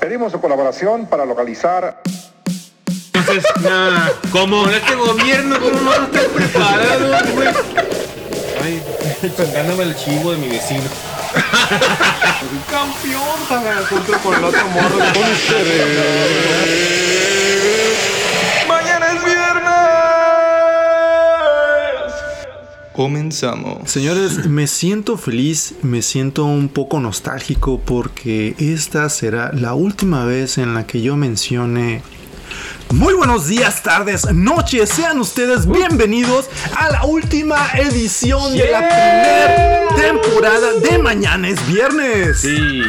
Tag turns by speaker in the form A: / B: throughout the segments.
A: Pedimos su colaboración para localizar.
B: Entonces, nada, como este gobierno pero no está preparado, güey. Ay,
C: Ganándome el chivo de mi vecino.
B: campeón, joder, junto con el otro morro. ¡Mañana es viernes!
D: Comenzamos.
E: Señores, me siento feliz, me siento un poco nostálgico porque esta será la última vez en la que yo mencione... Muy buenos días, tardes, noches, sean ustedes bienvenidos a la última edición de la primera temporada de Mañana es Viernes.
B: Sí,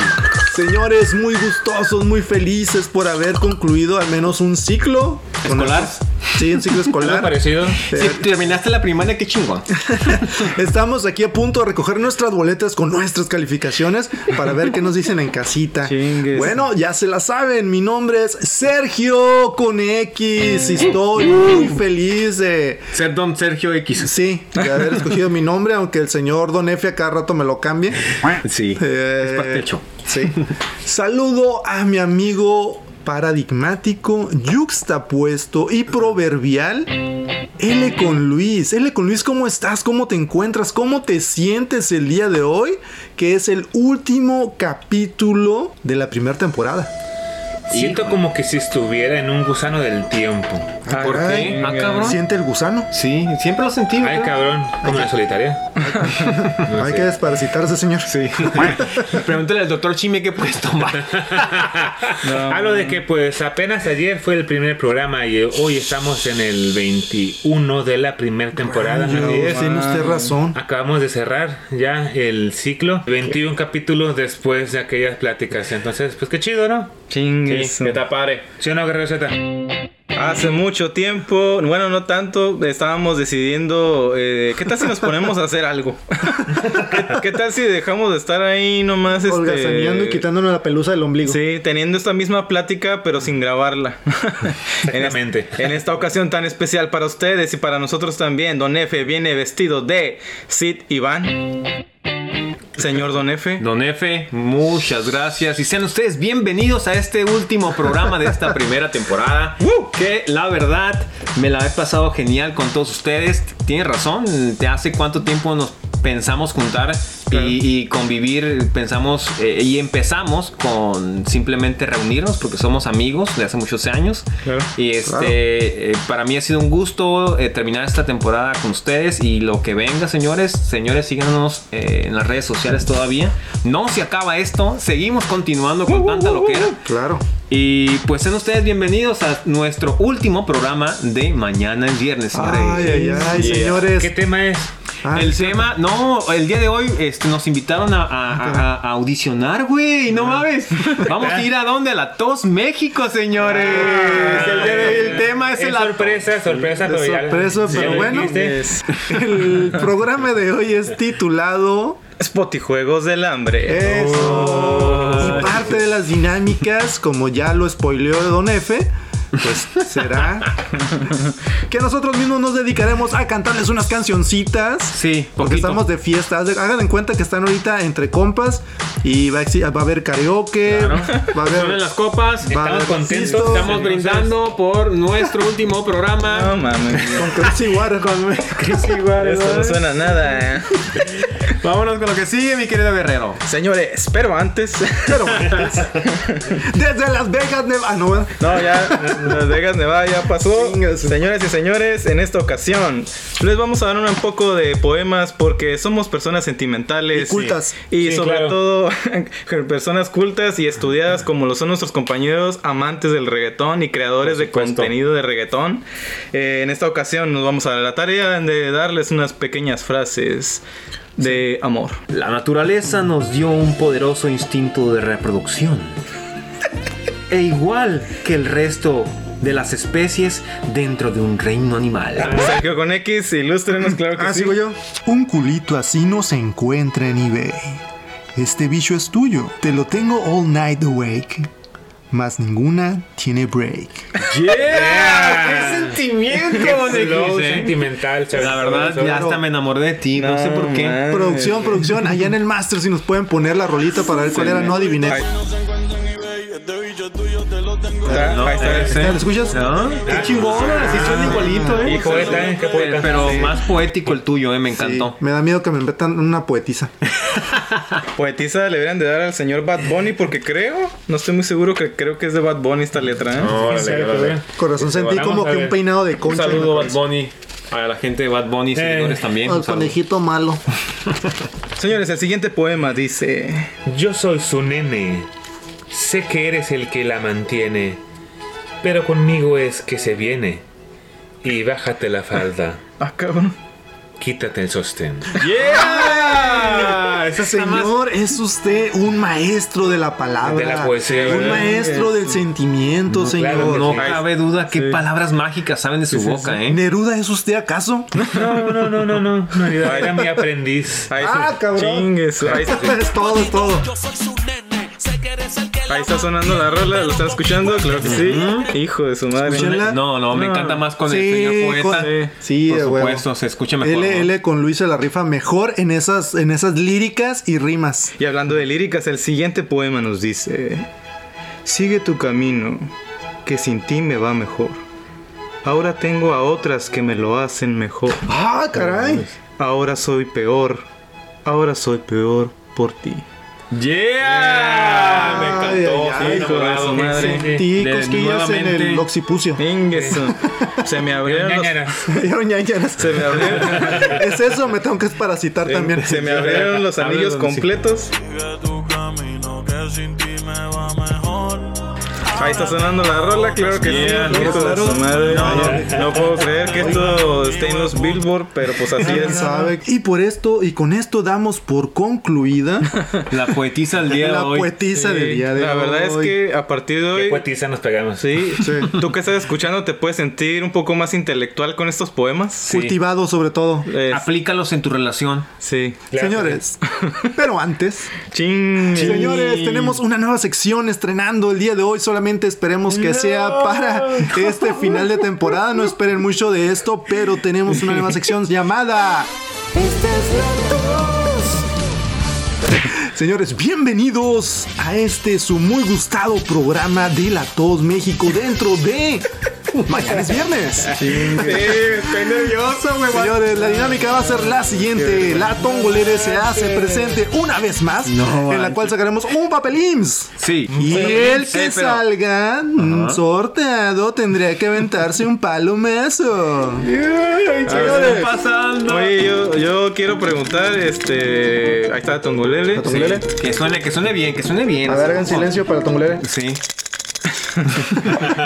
E: Señores, muy gustosos, muy felices por haber concluido al menos un ciclo.
C: ¿Escolar?
E: Sí, un ciclo
C: ¿Algo
E: escolar.
C: parecido?
B: si terminaste la primaria, qué chingón.
E: Estamos aquí a punto de recoger nuestras boletas con nuestras calificaciones para ver qué nos dicen en casita.
C: Chingues.
E: Bueno, ya se la saben. Mi nombre es Sergio con X. y Estoy muy feliz de.
C: Ser don Sergio X.
E: Sí, de haber escogido mi nombre, aunque el señor Don Efe a cada rato me lo cambie.
C: Sí.
E: Eh,
C: Es parte del show.
E: Sí. Saludo a mi amigo paradigmático, yuxtapuesto y proverbial. L con Luis. L con Luis, ¿cómo estás? ¿Cómo te encuentras? ¿Cómo te sientes el día de hoy? Que es el último capítulo de la primera temporada.
F: Siento como que si estuviera en un gusano del tiempo.
B: ¿Por qué? Ah, cabrón.
E: Siente el gusano.
C: Sí, siempre lo sentí.
F: Ay,
C: ¿verdad?
F: cabrón, como la solitaria. No
E: Hay
F: sé.
E: que desparasitarse, señor.
C: Sí. Pregúntale al doctor Chimia qué puedes tomar.
F: Hablo de que pues apenas ayer fue el primer programa y hoy estamos en el 21 de la primera temporada.
E: Ay,
F: Así es.
E: tiene usted razón.
F: Acabamos de cerrar ya el ciclo, 21 capítulos después de aquellas pláticas. Entonces, pues qué chido, ¿no?
D: Chingues.
C: apare.
F: ¿Sí o no, Guerrero Z?
D: Hace mucho tiempo, bueno, no tanto, estábamos decidiendo eh, qué tal si nos ponemos a hacer algo. ¿Qué, qué tal si dejamos de estar ahí nomás
E: Holgazaneando
D: este
E: y quitándonos la pelusa del ombligo.
D: Sí, teniendo esta misma plática pero sin grabarla. En es-
F: Exactamente.
D: en esta ocasión tan especial para ustedes y para nosotros también, Don F viene vestido de Sid Iván. Señor Don F.
C: Don F, muchas gracias y sean ustedes bienvenidos a este último programa de esta primera temporada. Que la verdad me la he pasado genial con todos ustedes. Tienes razón, de hace cuánto tiempo nos pensamos juntar y- y, convivir, pensamos eh, y empezamos con simplemente reunirnos porque somos amigos de hace muchos años. Y este, eh, para mí ha sido un gusto eh, terminar esta temporada con ustedes y lo que venga, señores, señores, síganos eh, en las redes sociales todavía. No se acaba esto, seguimos continuando con tanta loquera.
E: Claro.
C: Y pues sean ustedes bienvenidos a nuestro último programa de mañana es viernes, señores.
E: Ay, ay, ay,
C: Yeah.
E: señores.
F: ¿Qué tema es?
E: Ah,
C: el tema, no, el día de hoy este, nos invitaron a, a- a- a audicionar, güey, no mames. Vamos a ir a dónde? A la Tos México, señores. el,
E: Ah.
C: día de hoy el tema es
F: Es
C: el la
F: sorpresa, sorpresa,
E: Es
F: pero ya-
E: sorpresa,
F: ya
E: pero
F: lo
E: bueno.
F: dijiste.
E: El programa de hoy es titulado
D: Spotty Juegos del
E: Eh.
D: Hambre.
E: Eso. Y parte de las dinámicas, como ya lo spoileó Don F, pues será que nosotros mismos nos dedicaremos a cantarles unas cancioncitas.
C: Sí,
E: Porque
C: poquito.
E: estamos de fiesta. Haz de- Hagan en cuenta que están ahorita entre compas y va a, exi- va a haber karaoke, va a
C: Suenan
E: haber...
C: las copas.
E: Va a
F: Estamos
E: haber
F: contentos,
E: pistos,
C: Estamos brindando por nuestro último
D: No
C: programa.
D: mames.
E: Con Crazy Water.
D: Eso no suena a nada. ¿eh?
C: Vámonos con lo que sigue, mi querido guerrero.
D: Señores, pero antes.
E: Pero antes, desde Las Vegas, Nevada. Ah, no, ¿verdad?
D: No, ya, Las Vegas Nevada ya pasó.
E: Chingas.
D: Señoras y señores, en esta ocasión les vamos a dar un poco de poemas porque somos personas sentimentales.
E: Y cultas.
D: Y, y
F: Sí,
D: sobre
F: claro.
D: todo personas cultas y estudiadas como lo son nuestros compañeros amantes del reggaetón y creadores de contenido de reggaetón. Eh, en esta ocasión nos vamos a dar la tarea de darles unas pequeñas frases de amor.
C: La naturaleza nos dio un poderoso instinto de reproducción. E igual que el resto de las especies dentro de un reino animal.
D: Sergio con X, ilústrenos, claro que
E: Ah,
D: sí.
E: sigo yo. Un culito así no se encuentra en eBay. Este bicho es tuyo. Te lo tengo all night awake. Más ninguna tiene break.
F: Yeah.
C: sentimiento,
F: Slow, ¿eh? sentimental, chaval.
C: La verdad, ya hasta me enamoré de ti, no, sé por qué.
D: man.
E: Producción, producción. Allá en el master si nos pueden poner la rolita para ver cuál era. No adiviné.
D: Ay. Está- ahí
F: eh,
D: está.
E: ¿Ya ¿Lo escuchas?
C: ¿No?
E: Qué chingón, así suena igualito, eh.
D: Y poeta, ¿eh? ¿Qué
C: Pero,
D: poeta?
C: pero más poético el tuyo, eh, me encantó.
E: Sí, me da miedo que me metan una poetisa.
D: Poetisa le deberían de dar al señor Bad Bunny porque creo, no estoy muy seguro que creo que es de Bad Bunny esta letra, ¿eh?
F: Sabe que
B: Órale,
F: bien.
E: Corazón, sentí
F: vamos
E: como
F: a
E: que un
F: ver.
E: peinado de
C: Un
E: concha.
C: saludo, Bad Bunny. A la gente de Bad Bunny, seguidores también.
E: Al
C: Un saludo.
E: oh, conejito malo.
D: Señores, el siguiente poema dice...
F: Yo soy su nene. Sé que eres el que la mantiene. Pero conmigo es que se viene. Y bájate la falda.
D: Ah, cabrón.
F: Quítate el sostén.
C: ¡Yeah! Esa está más-
E: Señor, es usted un maestro de la palabra.
F: De la poesía,
E: Un
F: ¿verdad?
E: maestro del sentimiento, señor.
F: claro que
C: No
F: Sí.
C: cabe duda qué palabras mágicas saben de su boca, ¿eh?
E: ¿Neruda es usted acaso?
F: No, no, no, no, no. no era mi aprendiz.
D: Ahí
E: Ah,
D: se-
E: cabrón.
D: Chingues, ahí, se-
E: es todo, es todo.
D: ahí está sonando la rola, ¿lo están escuchando? Claro que sí. Hijo de su madre.
E: Escúchenla.
C: No, no, me encanta más con
E: Sí,
C: el señor poeta.
E: con- sí,
C: por
E: de huevo.
C: supuesto, se escucha mejor.
E: L,
C: ¿no?
E: L con Luis se la rifa mejor en esas, en esas líricas y rimas.
D: Y hablando de líricas, el siguiente poema nos dice: Sigue tu camino, que sin ti me va mejor. Ahora tengo a otras que me lo hacen mejor.
E: Ah, caray.
D: Ahora soy peor, ahora soy peor por ti.
C: ¡Yeah! Me encantó.
E: Ay,
C: sí,
E: ay, ay,
D: hijo de
C: enamorado.
D: su madre.
F: Sí, sí.
E: Y
C: De-
E: cosquillas en
C: nuevamente.
E: el occipucio.
D: Ingeso. Se me abrieron los,
F: Ñañaras.
E: Yo, ñañaras.
D: se me abrieron,
E: es eso, me tengo que parasitar también.
D: se me abrieron los anillos completos.
G: Sigue tu camino que sin ti me va mejor.
D: Ahí está sonando la rola, claro que sí. Hijo de su madre. No, no puedo creer que esto esté en los Billboard, pero pues así
E: ¿Quién
D: es.
E: sabe? Y por esto, y con esto damos por concluida
C: La poetisa del día de
E: la
C: hoy.
E: poetisa del día de
D: la
E: hoy.
D: verdad es que a partir de
F: Qué
D: hoy,
F: poetiza nos pegamos.
D: sí,
E: Sí.
D: tú que estás escuchando te puedes sentir un poco más intelectual con estos poemas.
E: Cultivado sobre todo.
D: Es-
C: Aplícalos en tu relación.
D: sí.
F: Claro.
E: Señores, pero antes,
D: Ching.
E: señores, tenemos una nueva sección estrenando el día de hoy. Solamente esperemos que sea para este final de temporada. No esperen mucho de esto, pero tenemos una nueva sección llamada. Señores, bienvenidos a este su muy gustado programa de La Tos México dentro de Mañana es viernes. Señores, la dinámica va a ser la siguiente. La Tongolera SA se presente una vez más, en la cual sacaremos un papel IMSS.
C: Sí.
E: Y el que
C: Sí, pero-
E: salga mm, sorteado tendría que aventarse un palomazo.
C: ¿Qué está pasando?
D: Oye, yo, yo quiero preguntar, este, ahí está Tongolele.
C: Sí, Que suene, que suene bien, que suene bien.
E: para Tongolera.
C: Sí.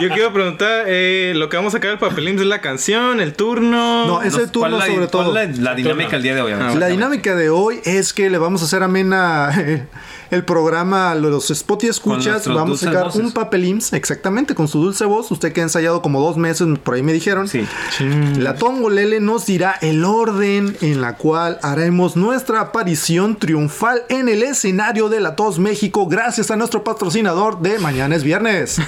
D: Yo quiero preguntar, eh, lo que vamos a sacar el papelín es la canción, el turno.
E: No, es el turno
C: ¿Cuál la-
E: sobre todo. Ah,
C: ¿Cuál la, la dinámica el día de hoy? A ver,
E: La
C: sácame.
E: dinámica de hoy es que le vamos a hacer amena eh, el programa a los spot y escuchas.
C: nuestros
E: Vamos a
C: dulces
E: sacar
C: voces.
E: un papel IMSS, exactamente, con su dulce voz. Usted que ha ensayado como dos meses, por ahí me dijeron.
C: Sí. Mm.
E: La Tongolele nos dirá el orden en la cual haremos nuestra aparición triunfal en el escenario de La Tos México, gracias a nuestro patrocinador de Mañana es Viernes.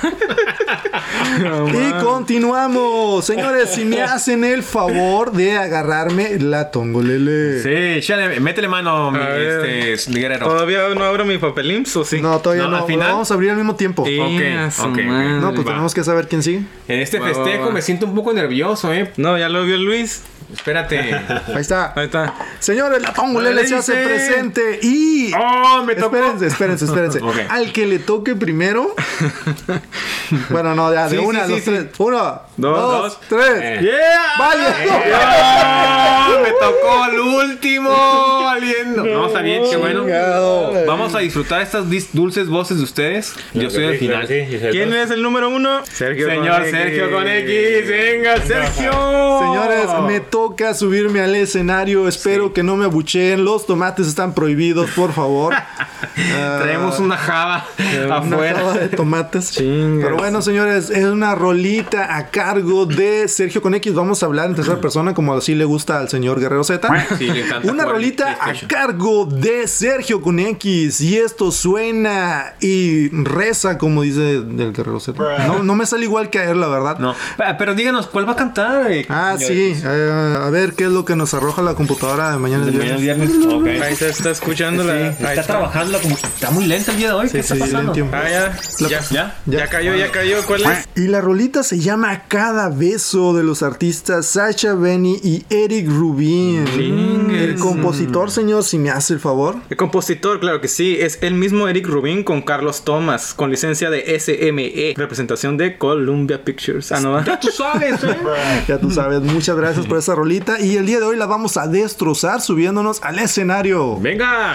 E: y continuamos, señores, si me hacen el favor de agarrarme la Tongolele.
C: Sí, échale, métele mano, mi,
D: ver.
C: este, guerrero.
D: ¿Todavía no abro mi papelín o sí?
E: No, todavía
C: No,
E: no.
C: al final.
E: Lo vamos a abrir al mismo tiempo.
D: Sí,
C: ok,
D: a su
C: ok, ok.
D: madre.
E: no, pues
C: va.
E: tenemos que saber quién sigue.
C: En este
D: Va, va,
C: festejo
D: va.
C: me siento un poco nervioso, eh.
D: No, ya lo vio Luis.
C: Espérate.
E: Ahí está.
D: Ahí está.
E: Señores, la Tongolele
C: Dale,
E: se hace
C: dice.
E: presente y...
C: ¡Oh, me tocó!
E: Espérense, espérense, espérense.
C: Ok.
E: Al que le toque primero. bueno, no, ya, de
D: Sí,
E: una,
D: sí,
E: dos,
D: sí,
E: tres. Uno, dos,
D: dos. Eh.
E: tres.
C: ¡Yeah!
E: ¡Valiendo!
C: ¡Ah! Me tocó el último valiendo. No, está bien, qué bueno.
E: Chingado.
C: Vamos a disfrutar estas dis- dulces voces de ustedes. Yo soy el final.
D: ¿Quién es el número uno? Sergio.
C: Señor Sergio con X, venga Sergio.
E: Señores, me toca subirme al escenario. Espero que no me abucheen. Los tomates están prohibidos, por favor. Ah,
C: traemos una java
E: una
C: afuera.
E: cava de tomates.
D: Chinga.
E: Pero Bueno, señores, es una rolita a cargo de Sergio con X. Vamos a hablar en tercera persona, como así le gusta al señor Guerrero Z.
B: Sí, le encanta
E: una
B: jugar
E: rolita a
B: PlayStation.
E: cargo de Sergio con X. Y esto suena y reza, como dice el Guerrero Z. No, no me sale igual que a él, la verdad.
C: No. Pa- Pero díganos, ¿cuál va a cantar? eh,
E: Ah,
C: señor?
E: sí. eh, a ver qué es lo que nos arroja la computadora de mañana.
C: De
E: el
C: mañana
E: viernes.
C: viernes. Ok.
D: Ahí está, está escuchando la.
C: Sí,
D: ahí
C: está trabajando como. Está muy lenta el día de hoy. ¿Qué
E: Sí,
C: está
E: sí,
C: pasando?
E: den tiempo.
D: Ah, ya.
E: La-
D: Ya,
C: ¿Ya?
D: ya. cayó, ya cayó. ¿Cuál es?
E: Pues, Y la rolita se llama Cada beso de los artistas Sacha Benny y Eric Rubin. El compositor, señor, si me hace el favor.
D: El compositor, claro que sí, es el mismo Eric Rubin con Carlos Thomas, con licencia de SME, representación de Columbia Pictures. Ah, no, ¿va?
C: Tú sabes, eh.
E: Ya tú sabes, muchas gracias por esa rolita. Y el día de hoy la vamos a destrozar subiéndonos al escenario.
C: Venga.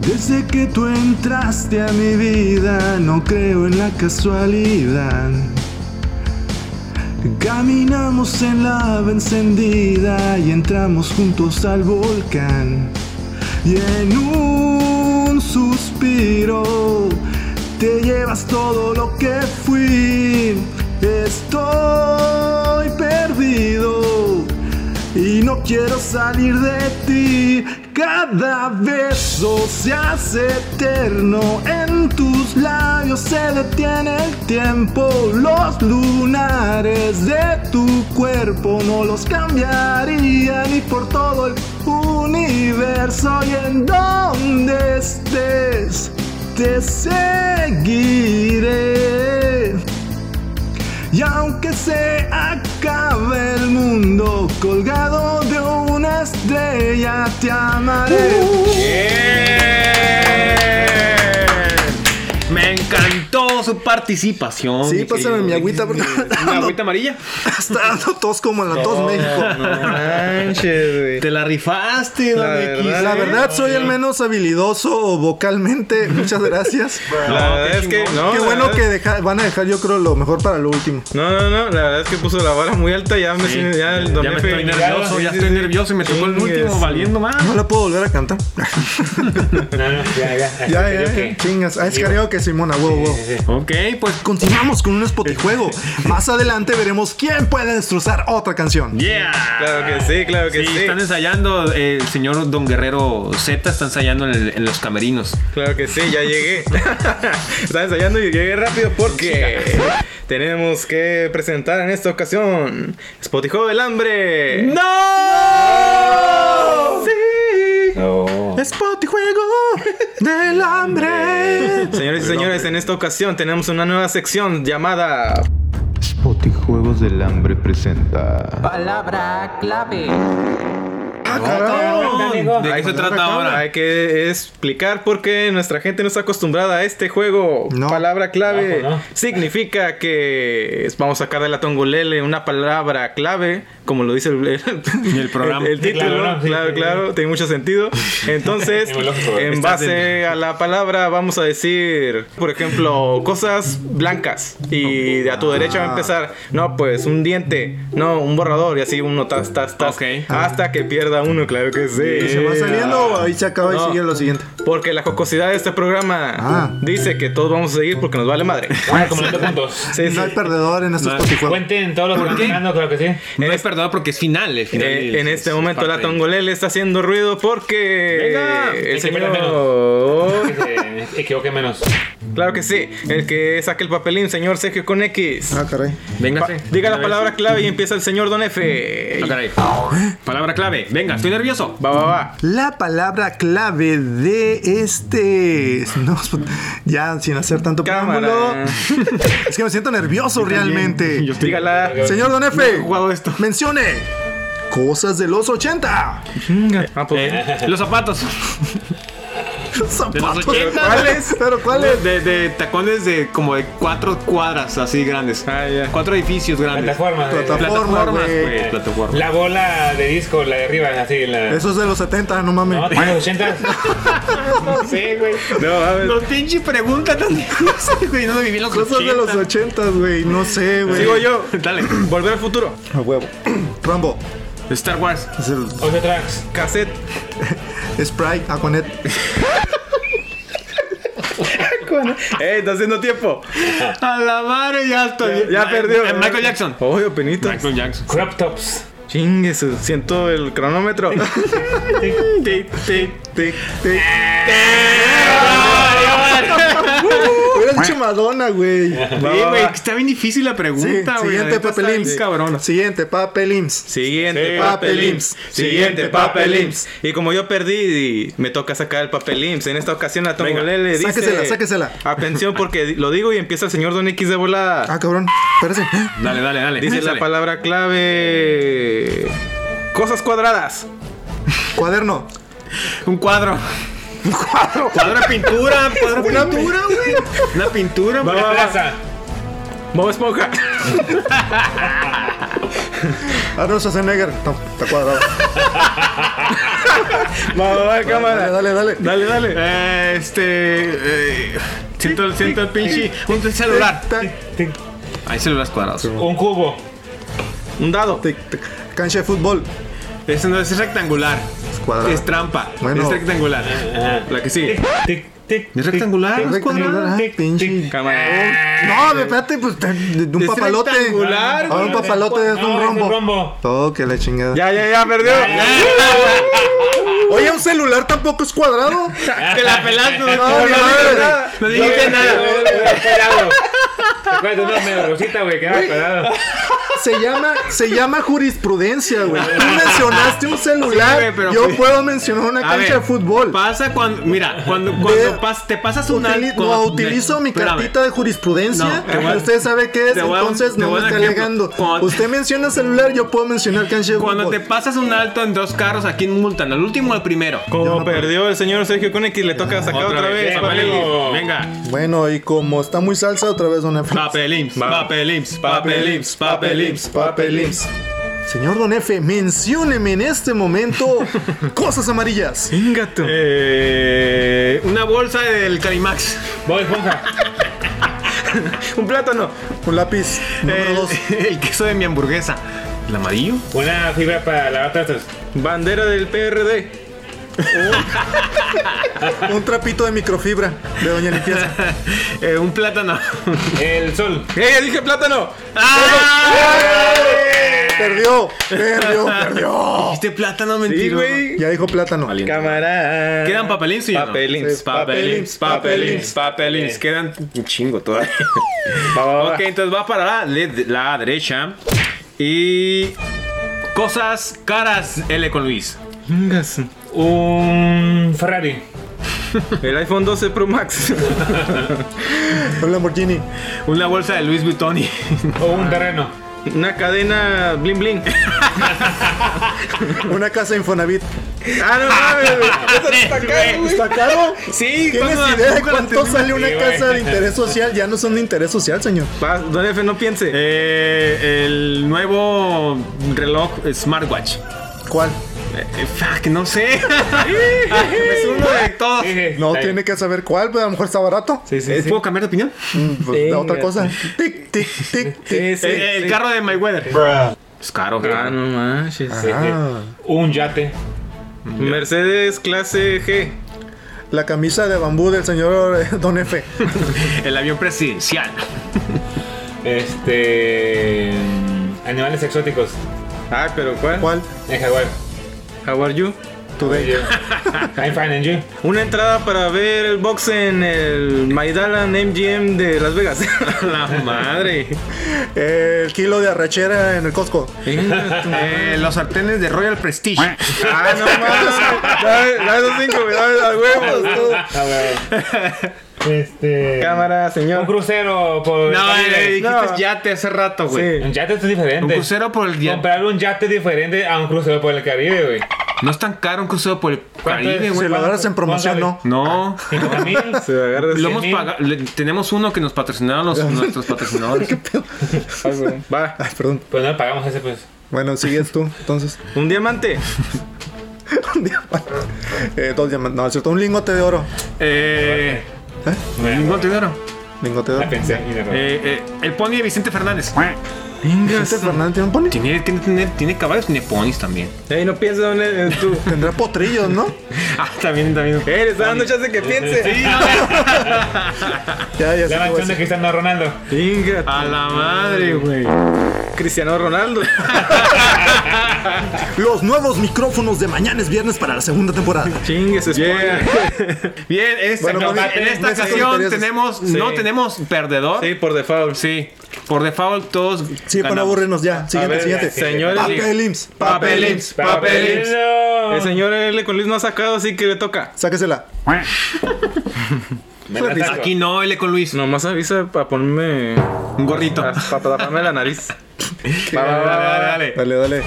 E: Desde que tú entraste a mi vida, no creo en la casualidad. Caminamos en lava encendida y entramos juntos al volcán. Y en un suspiro te llevas todo lo que fui. Estoy perdido y no quiero salir de ti. Cada beso se hace eterno en tus labios, se detiene el tiempo. Los lunares de tu cuerpo no los cambiaría ni por todo el universo. Y en donde estés, te seguiré. Y aunque se acabe el mundo, colgado de una estrella te amaré.
C: Me encantó su participación.
E: Sí,
C: querido.
E: pásame mi agüita, por favor.
C: Una agüita amarilla.
E: Está dando tos como en la tos México.
D: Manches, güey.
C: Te la rifaste,
D: La
C: don X.
D: verdad,
E: La verdad, soy el menos habilidoso vocalmente. Muchas gracias.
D: La verdad es que. No,
E: Qué
D: la
E: bueno
D: verdad-
E: que deja- van a dejar, yo creo, lo mejor para lo último.
D: No, no, no, la verdad es que puso la vara muy alta. Ya me,
C: Sí,
D: ya,
C: ya,
D: el don
C: me
D: Efe-
C: estoy nervioso, ya estoy nervioso y me tocó el último
D: Chingues.
C: valiendo más.
E: No la puedo volver a cantar.
F: No, no, ya, ya.
E: ya, ya,
F: Karaoke.
E: ya. Chingas. Ah, es karaoke, Simona. Wow, wow.
C: Ok, pues
E: Continuamos con un spotijuego. Más adelante veremos quién puede destrozar otra canción.
C: Yeah.
D: Claro que sí, claro que
C: Sí,
D: sí.
C: están ensayando, eh, el señor Don Guerrero Z está ensayando en, el- en los camerinos.
D: Claro que sí, ya llegué. Estaba ensayando y llegué rápido porque tenemos que presentar en esta ocasión Spotijuego del Hambre.
E: ¡No!
D: Sí.
C: Oh,
E: Spotijuego del hambre.
D: Señores y señores, en esta ocasión tenemos una nueva sección llamada
H: Juegos del Hambre presenta.
I: Palabra clave.
D: Ah,
C: De qué se trata ahora.
D: Hay que explicar por qué nuestra gente no está acostumbrada a este juego.
E: No.
D: Palabra clave
F: Abajo, ¿no?
D: significa que es- vamos a sacar de la tongolele una palabra clave, como lo dice el, el-
C: el programa.
D: el- el
F: Sí,
D: título.
F: claro,
D: Claro,
F: ¿no? Sí,
D: claro,
F: sí, sí.
D: tiene mucho sentido. Entonces,
F: Muy lógico,
D: en
C: Estás
D: base a la palabra vamos a decir, por ejemplo, cosas blancas. Y a tu derecha va a empezar, no, pues un diente, no, un borrador, y así uno, tas, tas, tas.
C: Ok.
D: Hasta que pierda uno, claro que sí.
E: ¿Se va saliendo o ahí se acaba y
D: No.
E: sigue lo siguiente?
D: Eh, ah, Porque la jocosidad de este programa
E: Ah.
D: dice que todos vamos a seguir porque nos vale madre.
F: Ah, acumulando puntos.
D: Sí, sí.
E: No hay perdedor en este estos Spotijuegos.
F: Cuenten todos los que están ganando, creo que sí.
C: No es perdón porque es final. el final
D: Eh,
C: es-
D: en este
C: es
D: momento
C: parte
D: la tongolele está haciendo ruido porque
C: Venga,
F: el
D: el
F: que pierda
D: señor
F: Que se equivoque menos.
D: claro que sí el que saque el papelín señor Sergio con X
E: Ah, caray.
C: de-
D: Pa-
C: Véngase.
D: diga
C: Una
D: la
C: vez.
D: palabra clave y empieza el señor Don F
C: Ah, caray. Palabra clave. Venga, estoy nervioso.
D: va va va
E: La palabra clave de este. No, ya sin hacer tanto
D: cámara
E: preámbulo. Es que me siento nervioso realmente.
D: dígala
E: Señor Don Efe,
D: he jugado esto.
E: mencione cosas de los 80.
D: Ah, pues,
C: Los zapatos. De los
E: Zapatos.
C: 80.
E: ¿Cuáles? ¿Pero cuáles?
C: De, de tacones de como de cuatro cuadras así grandes.
D: Ah, ya.
C: Cuatro edificios grandes.
F: Plataforma. de-
E: Plataforma.
C: Plataformas,
E: güey.
C: güey. Plataforma.
F: eh. La bola de disco, la de arriba, así. La...
E: Eso es de los 70, no mames.
F: No, tiene 80. no
C: Eh.
F: sé, güey.
D: No, a ver.
C: Los pinches preguntas tan difíciles, güey. No lo viví en los
E: Cosas de los 80, güey. No sé, güey.
D: Sigo yo.
C: Dale.
D: Volver al futuro.
E: A huevo. Rambo.
C: Star Wars.
E: Es el
F: Ocho tracks.
D: Cassette.
E: Sprite, Aquanet.
D: ¡Ey, está haciendo tiempo!
C: A la madre ya está.
D: Ya,
C: bien.
D: ya
C: Ma-
D: perdió. Oh.
C: eh, Michael Jackson.
D: Oye, penito.
C: Michael Jackson.
F: Crop tops.
D: Chingue, su- siento el cronómetro.
E: Tic, tic. Hubiera dicho Madonna, güey.
C: Sí, güey, está bien difícil la
E: Sí,
C: pregunta, güey. La
E: siguiente
C: neta está
E: Papel
C: bien
E: Imps.
C: Cabrona.
E: Siguiente Papel Imps.
D: Siguiente
E: Sí.
D: papel
E: Papel
D: IMSS.
E: IMSS.
D: Siguiente
E: Siguiente
D: papel
E: papel
D: IMSS. Y como yo perdí, me toca sacar el papel IMSS. En esta ocasión la Tom Lele dice...
E: Sáquesela, sáquesela.
D: Atención porque lo digo y empieza el señor Don X de volada.
E: Ah, cabrón. Espérese.
C: Dale, dale, dale.
D: Dice la
C: Dale.
D: palabra clave... Cosas cuadradas.
E: Cuaderno.
C: Un cuadro.
E: Un cuadro.
C: Cuadro de pintura. Cuadro de pintura, güey. Una pintura, güey.
F: La plaza.
D: Bob Esponja.
E: Arnold Schwarzenegger. No, está cuadrado.
D: Va, va, va,
E: Dale,
D: cámara.
E: dale, dale.
D: Dale, dale.
C: Eh, este. eh, siento, el- siento el pinche. Un celular.
E: Tic,
C: Hay celulares cuadrados.
F: Un cubo.
D: Un dado.
E: tic, tic. Cancha de fútbol.
C: Ese no es rectangular.
E: Es cuadrado.
C: Es trampa.
E: Ah. Bueno.
C: Es rectangular. La que sigue.
F: Tic, tic.
C: Es rectangular. Es
E: Rectangular,
C: cuadrado.
E: ah, pinche.
D: Cámara.
E: No, espérate, pues te- de de un
C: Es
E: papalote.
C: rectangular,
E: Ahora un papalote es
F: No,
E: un
F: es un
E: rombo.
F: rombo.
E: Oh, que la chingada.
D: Ya, ya, ya, perdió.
E: Oye, un celular tampoco es cuadrado.
C: Te la pelaste. No,
E: No, mi madre.
C: no dijiste nada.
F: Recuerda, no, medio rosita, güey, quedaba cuadrado.
E: Se llama, se llama jurisprudencia, güey. Tú mencionaste un celular.
C: Sí, güey, pero-
E: yo puedo mencionar una
C: A
E: cancha
C: ver,
E: de fútbol.
C: Pasa cuando. Mira, cuando, cuando
E: Ve-
C: pas- te pasas una.
E: Utili-
C: cuando-
E: no, utilizo mi
C: Espérame.
E: cartita de jurisprudencia.
C: No, te voy a-
E: Usted sabe qué es,
C: te voy a dar un-
E: entonces
C: te
E: no
C: voy
E: me
C: a dar
E: está
C: un ejemplo.
E: alegando.
C: Cuando-
E: Usted menciona celular, yo puedo mencionar cancha de
C: Cuando te
E: fútbol.
C: pasas un alto en dos carros, aquí multan. Al último, al primero.
D: Como perdió el señor Sergio Con X, le
C: Ah.
D: toca sacar otra, vez. papel
C: Papel
D: IMSS.
C: Imps. Venga.
E: Bueno, y como está muy salsa, otra vez don F.
C: Papel Imps. Papel Imps. Papel Imps. Papel Imps.
E: Papel Imps. Señor Don F, mencióneme en este momento cosas amarillas.
D: Ingato.
C: Eh, una bolsa del Calimax.
F: Bob Esponja.
D: Un plátano.
E: Un lápiz.
C: Eh.
E: Número dos.
C: El, el queso de mi hamburguesa. ¿El amarillo?
F: Una fibra para lavar trastes.
D: Bandera del PRD.
E: Un trapito de microfibra de Doña Limpieza.
C: Eh, un plátano.
F: El sol.
D: ¡Eh, dije plátano!
C: ¡Ah!
E: Perdió, perdió, perdió.
C: Este plátano
D: Sí,
C: mentiroso.
D: güey.
E: Ya dijo plátano.
D: Camarada.
C: ¿Quedan papelins y yo no?
D: Papelins.
C: Papelins, papelins, papelins. Quedan un chingo todavía. ok, entonces va para la, le- la derecha. Y. Cosas caras, L con Luis.
D: Ingas.
F: Un Ferrari.
D: El iPhone 12 Pro Max.
E: Un Lamborghini.
C: Una bolsa de Luis Vuitton. y-
F: O un terreno.
D: Una cadena bling bling.
E: Una casa Infonavit.
D: ¡Ah, no mames! güey. Eso está caro, güey.
E: ¿Está caro?
C: Sí,
E: ¿Tienes
C: ¿cuándo-
E: idea de
C: nunca la
E: cuánto
C: entendí?
E: sale una
F: Sí, güey.
E: casa de interés social? Ya no son de interés social, señor.
D: Va, Don F, no piense.
C: Eh, el nuevo reloj smartwatch.
E: ¿Cuál?
C: Eh, eh, fuck, no sé. es uno de todos.
F: Eh,
E: No tiene que saber cuál, pero a lo mejor está barato.
D: Sí, sí,
C: Eh,
D: sí.
C: ¿Puedo cambiar de opinión?
E: Mm, pues, de otra cosa. Tic, tic, tic, tic.
D: Sí, sí,
C: Eh, el
D: sí.
C: carro de Mayweather. Es caro.
D: Ah, no manches.
E: Ah,
F: Eh, Un yate.
D: Mercedes clase G.
E: la camisa de bambú del señor eh, Don F.
C: El avión presidencial.
F: Este. Animales exóticos.
D: Ah, pero ¿cuál?
E: ¿Cuál?
F: En Jaguar.
D: How are you?
E: Today.
F: I'm fine and you.
D: Una entrada para ver el box en el Maidalan MGM de Las Vegas. La madre.
E: El kilo de arrachera en el Costco.
C: Eh, los sartenes de Royal Prestige.
D: Ah, no mames. Dame, dame esos cinco, güey. Dame las huevos. todo.
F: Ah, bueno. Este.
D: Cámara,
F: Un
D: señor.
F: crucero por.
C: No,
F: el
C: eh,
F: Caribe.
C: dijiste
D: No.
C: yate hace rato, güey.
D: Sí.
F: Un yate es diferente.
C: Un crucero por el día.
F: Comprar un yate diferente a un crucero por el Caribe, güey.
C: No es tan caro un crucero por el Caribe,
F: es?
C: güey.
E: Si lo agarras en promoción, no.
C: No.
F: ¿50 mil?
D: Se agarra
C: Lo hemos
F: 100,000.
C: pagado- le- tenemos uno que nos patrocinaron los, nuestros patrocinadores.
D: Va,
E: Ay, perdón.
F: Pues no le pagamos ese, pues.
E: Bueno, sigues tú, entonces.
D: un diamante.
E: Un diamante. Eh, dos diamantes. No, es cierto, un lingote de oro.
C: Eh, ningún dinero.
E: Lingote de
F: La
E: oro.
F: pensé y de repente.
C: Eh, eh, el pony de Vicente Fernández.
E: ¿Vicente Fernández tiene un pony?
C: Tiene, tiene, tiene, tiene caballos, tiene ponis también.
D: Ey, no pienses dónde eres tú.
E: Tendrá potrillos, ¿no?
C: Ah, también, también.
D: Ey, le está dando chance de que piense.
E: Ya,
F: La
E: ya sé qué voy a
F: mansión de
E: decir.
F: Cristiano Ronaldo.
D: Inga,
C: A la madre, güey.
D: Cristiano Ronaldo.
E: Los nuevos micrófonos de mañana es viernes para la segunda temporada.
D: Chingues, spoiler.
C: Bien, esta-
E: Bueno, eh,
C: no,
E: Moni,
C: en esta
E: meses
C: ocasión
E: intereses.
C: tenemos, no tenemos perdedor.
D: Sí,
C: Sí.
D: por default.
C: Por default todos.
E: Sí, para no
C: ganamos.
E: aburrirnos ya. Siguiente,
F: ver,
E: siguiente.
D: señores.
E: Papel IMSS. Papel
C: Papel
E: IMSS.
C: IMSS. Papel IMSS.
D: El señor L. Colis no ha sacado, así que le toca.
E: Sáquesela.
F: Me la saco.
C: Aquí no, L con Luis.
D: Nomás avisa para ponerme.
C: Un gorrito.
D: Para taparme la nariz.
C: Va, va, va, dale, dale.
E: Dale, dale.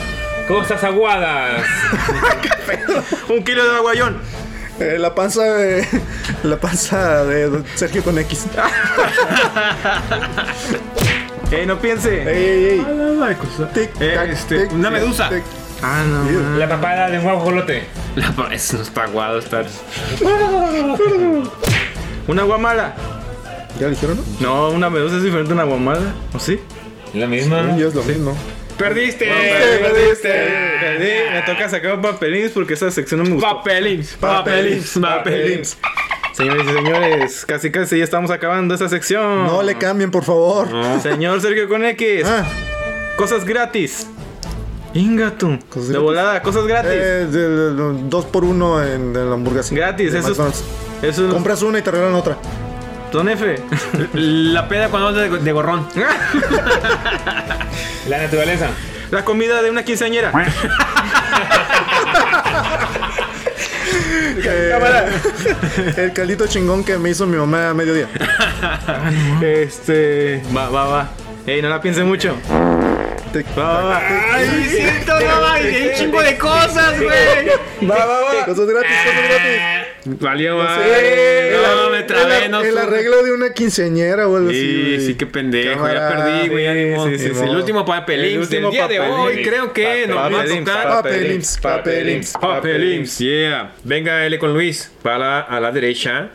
F: Cosas aguadas.
D: Un kilo de aguayón.
E: Eh, la panza de. La panza de Sergio con X.
D: Ey, no
E: ¡Ey,
D: piense.
E: ey, ey! Tic,
C: Eh,
E: tac,
C: este,
E: tic,
C: una
E: tic,
C: medusa.
E: tic.
D: Ah, no. man.
F: La papada de un guajolote.
C: La pa- eso no está aguado, está.
D: Una guamala.
E: ¿Ya lo dijeron, no?
D: No, una medusa es diferente a una guamala. ¿O sí?
F: La misma.
E: Yo es lo mismo.
C: Perdiste.
D: Perdí, me toca sacar un papelín porque esa sección no me gustó.
C: Papelins,
E: Papelins,
C: papelins, papelins.
D: Señores y señores, casi casi ya estamos acabando esa sección.
E: No le cambien, por favor.
D: Señor Sergio con X,
E: Ah,
D: cosas gratis. Ingato.
E: Cosas
D: De
E: gratis.
D: volada, cosas gratis.
E: eh, de- de- de- dos por uno en, en la hamburguesa.
D: gratis,
E: De
D: eso
E: McDonald's.
D: es. Eso es.
E: Compras una y te regalan otra.
D: Don F.
C: La peda cuando anda de, de gorrón.
F: La naturaleza.
D: La comida de una quinceañera.
E: El caldito chingón que me hizo mi mamá a mediodía.
D: Este. Va, va, va. Ey, no la piense mucho.
E: Tic,
D: Va, va, va.
C: Ay, siento, no, ay, hay un chingo de cosas, güey.
E: Va, va, va. Cosas gratis, cosas gratis.
C: Valió,
E: Sí,
C: güey. No,
E: el-
C: me trabé,
E: el-
C: no.
E: El
C: supe.
E: arreglo de una quinceañera o algo así.
C: Sí,
E: güey.
C: sí, qué pendejo. Ya
E: Cámara.
C: perdí, güey. ya ni modo.
D: Sí, sí, sí, sí.
C: El último
D: El
C: papelín
D: último
C: del día de hoy,
D: papelín.
C: creo que nos va a
D: Papelín,
C: tocar.
E: Papel IMSS, papel IMSS.
C: Papelims, yeah. Venga L con Luis para a la derecha.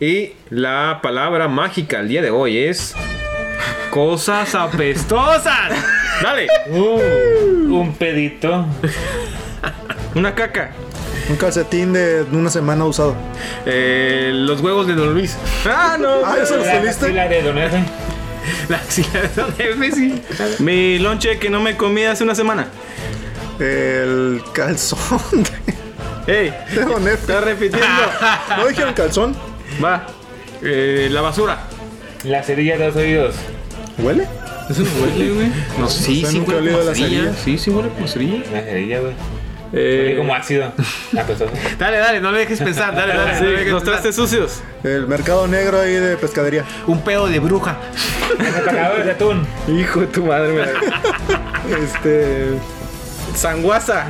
C: Y la palabra mágica el día de hoy es. Cosas apestosas. Dale.
F: Uh, un pedito.
D: Una caca.
E: Un calcetín de una semana usado.
C: Eh, los huevos de Don Luis.
D: Ah, no.
E: Ah, ¿eso lo
F: La
E: saliste?
F: axila de Don F.
C: La axila de Don Messi.
D: Mi lonche que no me comí hace una semana.
E: El calzón de,
D: Ey,
E: de Don F.
D: está repitiendo.
E: ¿No dijeron calzón?
D: Va.
C: Eh, la basura.
F: La cerilla de los oídos.
E: ¿Huele?
D: Eso no huele, güey.
C: No, sí,
E: O sea,
C: sí,
E: nunca
C: huele
E: he olido
C: como
E: la
C: cerilla.
E: cerilla.
C: Sí, sí, huele como cerilla.
F: La cerilla, güey. Huele
D: Eh,
F: como ácido. Ah, pues, ojo.
C: Dale, dale, no le dejes pensar. Dale, dale. no le
D: sí,
C: dejes
D: los
C: pensar.
D: trastes sucios.
E: El mercado negro ahí de pescadería.
C: Un pedo de bruja.
F: Sacadores de atún.
D: Hijo de tu madre, mira. Este. Sanguasa.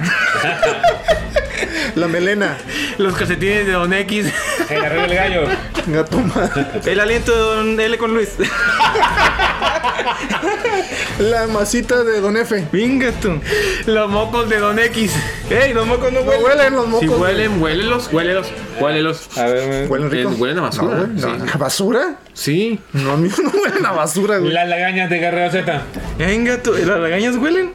E: La melena.
C: Los calcetines de Don X.
F: El arroyo del gallo.
E: Gato madre.
D: El aliento de Don L con Luis.
E: La masita de Don F.
D: Venga tú.
C: Los mocos de Don X.
D: Ey, los mocos no
E: No
D: huelen.
E: huelen los mocos.
C: Si huelen, huélelos, huélelos, huélelos.
D: A ver, güey.
E: ¿Huelen rico?
C: Eh, huelen a basura,
E: No, no, ¿A basura?
C: Sí.
E: No, mío no huelen a basura, güey.
F: Las lagañas de Guerrero Z.
D: Venga tú. ¿Las lagañas huelen?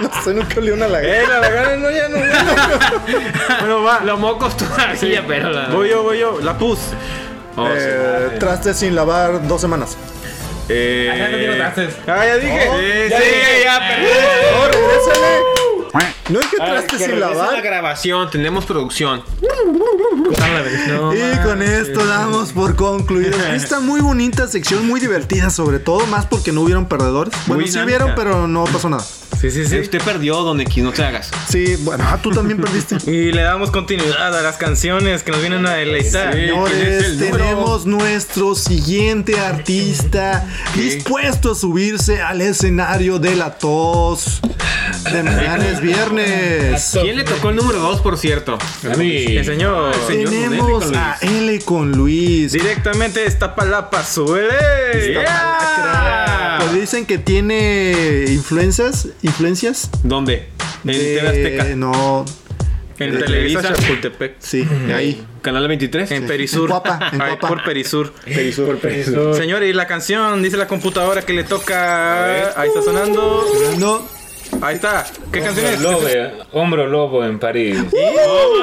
E: No sé, nunca olí una lagartija.
D: Ey, las lagañas no, ya no huelen. bueno, va.
C: Los mocos todavía, pero la...
D: Voy yo, voy yo. La pus.
C: Oh, sí.
E: Eh, trastes sin lavar dos semanas.
F: Acá no tiene
C: Eh...
F: trastes.
D: Ah, ya
C: Sí,
D: dije. Ya Ah,
C: sí,
D: dije.
C: ya perdí.
E: ¡Oh, regrésale! No es que trastes
C: Que
E: sin
C: regrese la
E: lavar.
C: grabación, tenemos producción.
E: Y con esto damos por concluido esta muy bonita sección, muy divertida, sobre todo más porque no hubieron perdedores. Bueno, sí
C: dinámica.
E: hubieron, pero no pasó nada.
D: Sí, sí, sí.
C: Usted perdió, Don X, no te hagas.
E: Sí, bueno, ah, tú también perdiste.
D: Y le damos continuidad a las canciones que nos vienen a deleitar.
C: Sí. ¿quién es
E: Señores,
C: el número?
E: tenemos nuestro siguiente artista dispuesto a subirse al escenario de la tos. De mañana es viernes.
C: ¿Quién le tocó el número 2, por cierto?
F: A mí.
D: El señor.
C: señor
E: Tenemos
C: Luis.
E: a L con Luis.
D: Directamente está palapa suele.
E: Ah, pues dicen que tiene influencias. ¿Influencias?
C: ¿Dónde?
D: Eh,
C: En
E: de-
C: TV Azteca.
E: No,
D: En
E: De
D: Televisa
C: Televisa.
D: Chapultepec.
E: sí, ahí.
C: Canal 23.
D: En Perisur.
E: En Cuapa, en
D: Ay,
E: Cuapa.
D: Por Perisur. Señor, y la canción, dice la computadora que le toca. Ahí está sonando.
E: No,
D: Ahí está. ¿Qué canción es?
F: Lobo, eh, Hombro lobo en París.
B: Oh,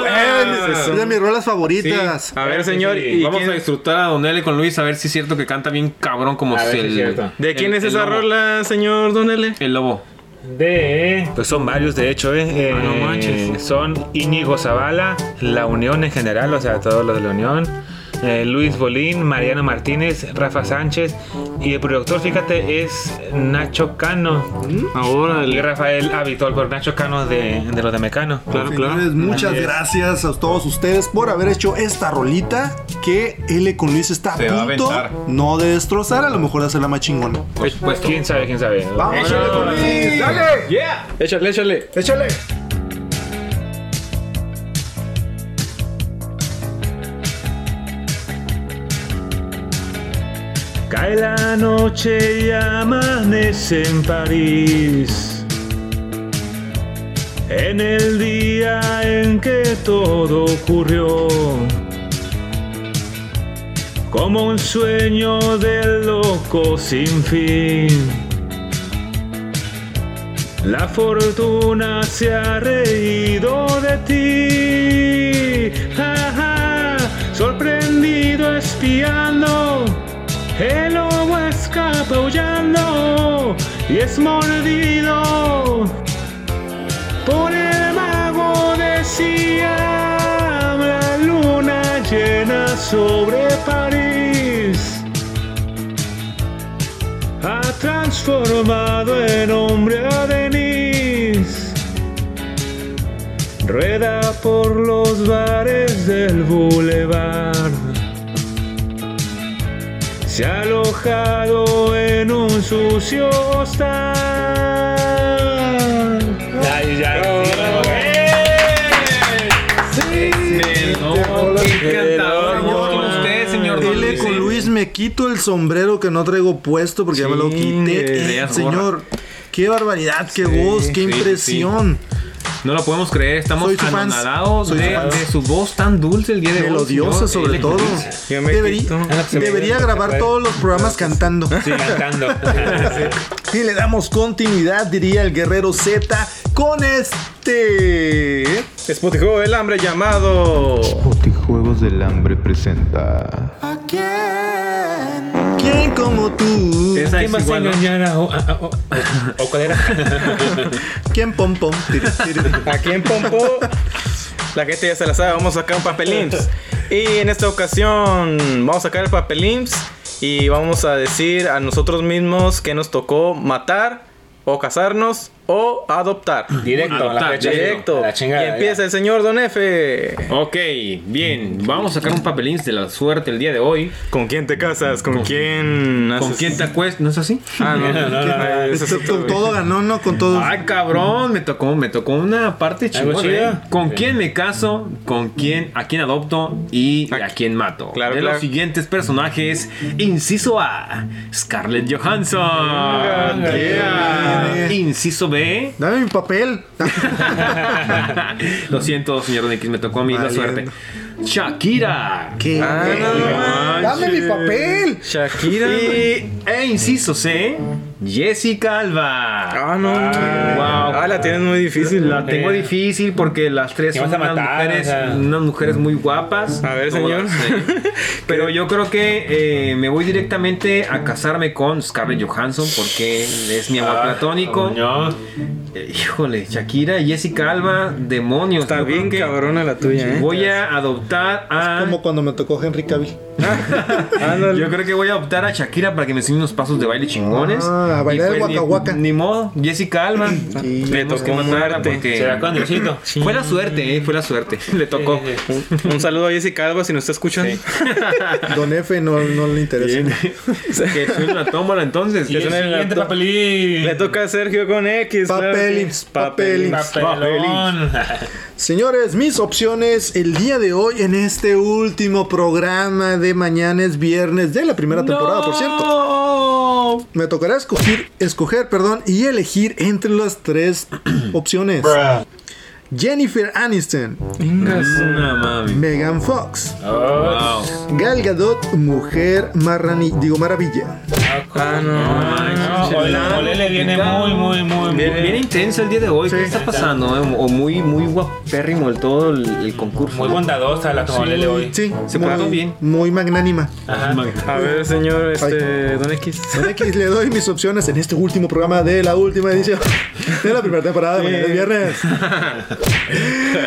E: es de mis rolas favoritas.
D: A ver, señor. ¿y
C: Vamos
D: quién-
C: a disfrutar a Don L con Luis a ver si es cierto que canta bien cabrón como
F: A ver si
C: el,
F: es cierto.
D: ¿De quién
C: el-
D: es
C: el
D: esa
C: lobo.
D: rola, señor Donele?
C: El lobo.
F: De.
J: Pues son varios, de hecho, ¿eh? Eh,
D: no manches.
J: Son Íñigo Zavala, La Unión en general, o sea, todos los de la Unión, eh, Luis Bolín, Mariano Martínez, Rafa Sánchez, y el productor, fíjate, es Nacho Cano.
D: Ahora,
J: Y Rafael Habitol, pero Nacho Cano es de, de los de Mecano.
E: Señores, muchas gracias a todos ustedes por haber hecho esta rolita que L con Luis está a
B: Se va a
E: punto
B: aventar.
E: no de destrozar, a lo mejor de hacerla más chingona.
J: Pues, pues quién sabe, quién sabe.
E: Vamos, L con Luis, dale.
D: Échale, échale.
E: Échale.
J: Cae la noche y amanece en París. En el día en que todo ocurrió. Como un sueño de loco sin fin. La fortuna se ha reído de ti. Ja, ja, sorprendido espiando. El lobo escapa huyendo y es mordido por el mago de Siam. La luna llena sobre París ha transformado en hombre a Denis. Rueda por los bares del boulevard se ha alojado en un sucio hostal. Ay, ya,
C: Qué cantador,
E: Señor,
C: con usted, señor Don ¿eh?
E: L con Luis, me quito el sombrero que no traigo puesto porque ya me lo quité. Eh,
C: veas,
E: Señor, qué barbaridad, qué voz, qué impresión.
C: No lo podemos creer, estamos
E: Soy su fans.
C: anonadados
E: Soy su
C: de,
E: fans.
C: de su voz tan dulce el día de hoy.
E: Melodiosa
C: señor
E: sobre
C: L con
E: todo.
C: Luis.
D: Yo me
E: Deberí-
D: quito.
E: debería grabar todos los programas cantando.
F: Sí, cantando.
E: Y le damos continuidad, diría el guerrero Z, con este...
D: Spotify el hambre llamado.
H: Potijuegos del Hambre presenta.
E: ¿A quién? ¿Quién como tú?
D: Eh.
C: Esa
F: ¿Quién
C: es
F: vas a
C: igual, ¿no?
F: engañar a.? o- a- o- o- ¿O cuál era?
E: ¿Quién pom pom? Tiri, tiri.
D: Aquí en Pompo. La gente ya se la sabe. Vamos a sacar un papel IMSS. Y en esta ocasión vamos a sacar el papel IMSS y vamos a decir a nosotros mismos que nos tocó matar o casarnos o adoptar.
F: Directo, a la
C: Adoptar,
F: fecha.
D: Directo.
F: A la chingada.
D: y empieza el señor Don F.
C: Ok, bien, vamos a sacar un papelín de la suerte el día de hoy.
D: ¿Con quién te casas? ¿Con, quién
C: ¿Con
D: haces-
C: quién te acuestas? Ah, ¿No es así?
D: Ah, no, no, no, no, eso es
E: Esto
D: otro,
E: con
D: güey. Ah,
E: todo ganó, ¿no? Con todo.
C: Ay, cabrón, me tocó, me tocó una parte
F: Algo
C: chingona.
F: chido.
C: ¿eh? ¿Con
F: Sí.
C: quién me caso? ¿Con quién? ¿A quién adopto? ¿Y a quién mato?
D: Claro,
C: de
D: claro.
C: los siguientes personajes, inciso A, Scarlett Johansson.
E: yeah.
C: Inciso B.
E: Dame mi papel.
C: Lo siento, señor X, me tocó a mí la suerte.
E: Valiendo.
C: Shakira.
E: ¿Qué?
D: Ah, no,
E: Dame mi papel.
D: Shakira.
C: Y, e inciso C, Jessica Alba. Eh.
D: Ah, no.
C: Wow.
D: Ah, la tienes muy difícil.
C: La tengo difícil porque las tres
F: Te
C: son
F: vas a
C: unas
F: matar,
C: mujeres,
F: o sea.
C: unas mujeres muy guapas.
D: A ver, señor.
C: Todas, sí. Pero yo creo que eh, me voy directamente a casarme con Scarlett Johansson porque es mi
F: Ah,
C: amor platónico.
F: No.
C: Eh, Híjole, Shakira y Jessica Alba, demonios.
D: Está
C: yo creo
D: bien
C: que
D: cabrona la tuya, ¿eh?
C: Voy a adoptar optar a.
E: Como cuando me tocó Henry Cavill.
C: Yo creo que voy a optar a Shakira para que me enseñe unos pasos de baile chingones.
E: Ah, a
C: Y
E: bailar el
C: pues, ni-
E: guacahuaca.
C: Ni, modo, Jessica Alba. Ah, Tenemos que matarla porque.
J: Será con Diosito.
C: Fue la suerte, eh, fue la suerte. Le tocó.
D: Un saludo a Jessica Alba si nos está escuchando.
E: Don F no, no le interesa.
C: que es una tómbola entonces. Pues
J: Y el
D: suena el
J: siguiente
D: laptop. Le
J: papelín.
D: toca a Sergio con X. claro que-
E: Papelins,
D: Papelins.
E: papelins.
J: Papelón.
E: Señores, mis opciones el día de hoy en este último programa de mañana es viernes de la primera temporada, por cierto. Me tocará escoger, escoger, perdón, y elegir entre las tres opciones. Jennifer Aniston,
C: Una Ah, mami.
E: Megan Fox, Oh.
C: Wow.
E: Gal Gadot, mujer marrani, digo maravilla.
D: Ah, no.
J: No, Olele Olele viene muy, muy, muy, muy.
C: Bien, bien intenso el día de hoy. ¿Qué está pasando? eh? O muy, muy guapérrimo el todo el, el concurso.
J: Muy bondadosa la como Olele hoy.
E: Sí,
C: Se portó
E: muy,
C: bien.
E: muy magnánima.
D: Ah. A ver, señor, este, Don X.
E: Don X, le doy mis opciones en este último programa de la última edición de la primera temporada de Mañana es Viernes.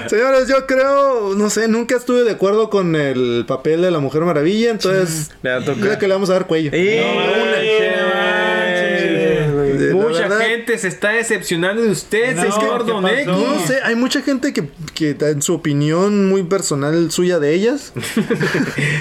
E: Señores, yo creo, no sé, nunca estuve de acuerdo con el papel de la Mujer Maravilla, entonces
D: Le va a tocar.
E: creo que le vamos a dar cuello. Eh, la
C: Mucha
E: verdad,
C: gente se está decepcionando de usted, señor Don
J: ¿qué
C: X.
J: pasó?
E: No sé, hay mucha gente que, que en su opinión muy personal suya de ellas,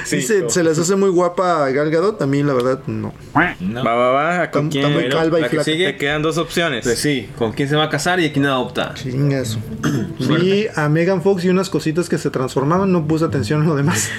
E: sí, se, se les hace muy guapa a Gal Gadot, a mí la verdad no.
D: Va, va, va.
E: Está,
D: ¿Con
E: está
D: quién?
E: muy calva y
C: la que
E: flaca.
C: sigue.
D: Te quedan dos opciones.
C: Pues sí, ¿con quién se va a casar y a quién adopta?
E: Chingas.
C: Mm.
E: Vi a Megan Fox y unas cositas que se transformaban, no puse atención a lo demás.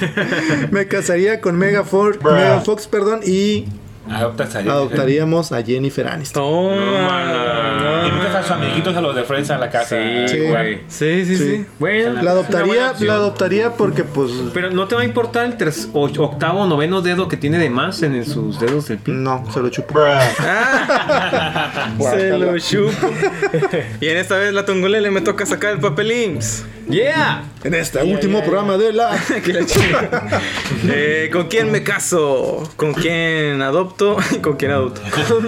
E: Me casaría con Mega For- Megan Fox, perdón,
C: Eh,
E: y
J: Adoptas a
E: adoptaríamos a Jennifer Aniston.
D: Toma.
J: Invitas a sus amiguitos a los de Friends a la casa.
E: Sí,
C: güey.
D: Sí, sí, sí.
C: Bueno, una buena
E: La adoptaría,
C: opción.
E: la adoptaría porque pues
C: Pero no te va a importar el tres- o- octavo o noveno dedo que tiene de más en sus dedos del pie.
E: no, se lo chupo.
D: Se lo chupo. y en esta vez la tongolele me toca sacar el papelín.
C: ¡Yeah!
E: En este último programa de la
D: Que la chinga. Eh, ¿Con quién me caso? ¿Con quién adopto? ¿Con quién adopto?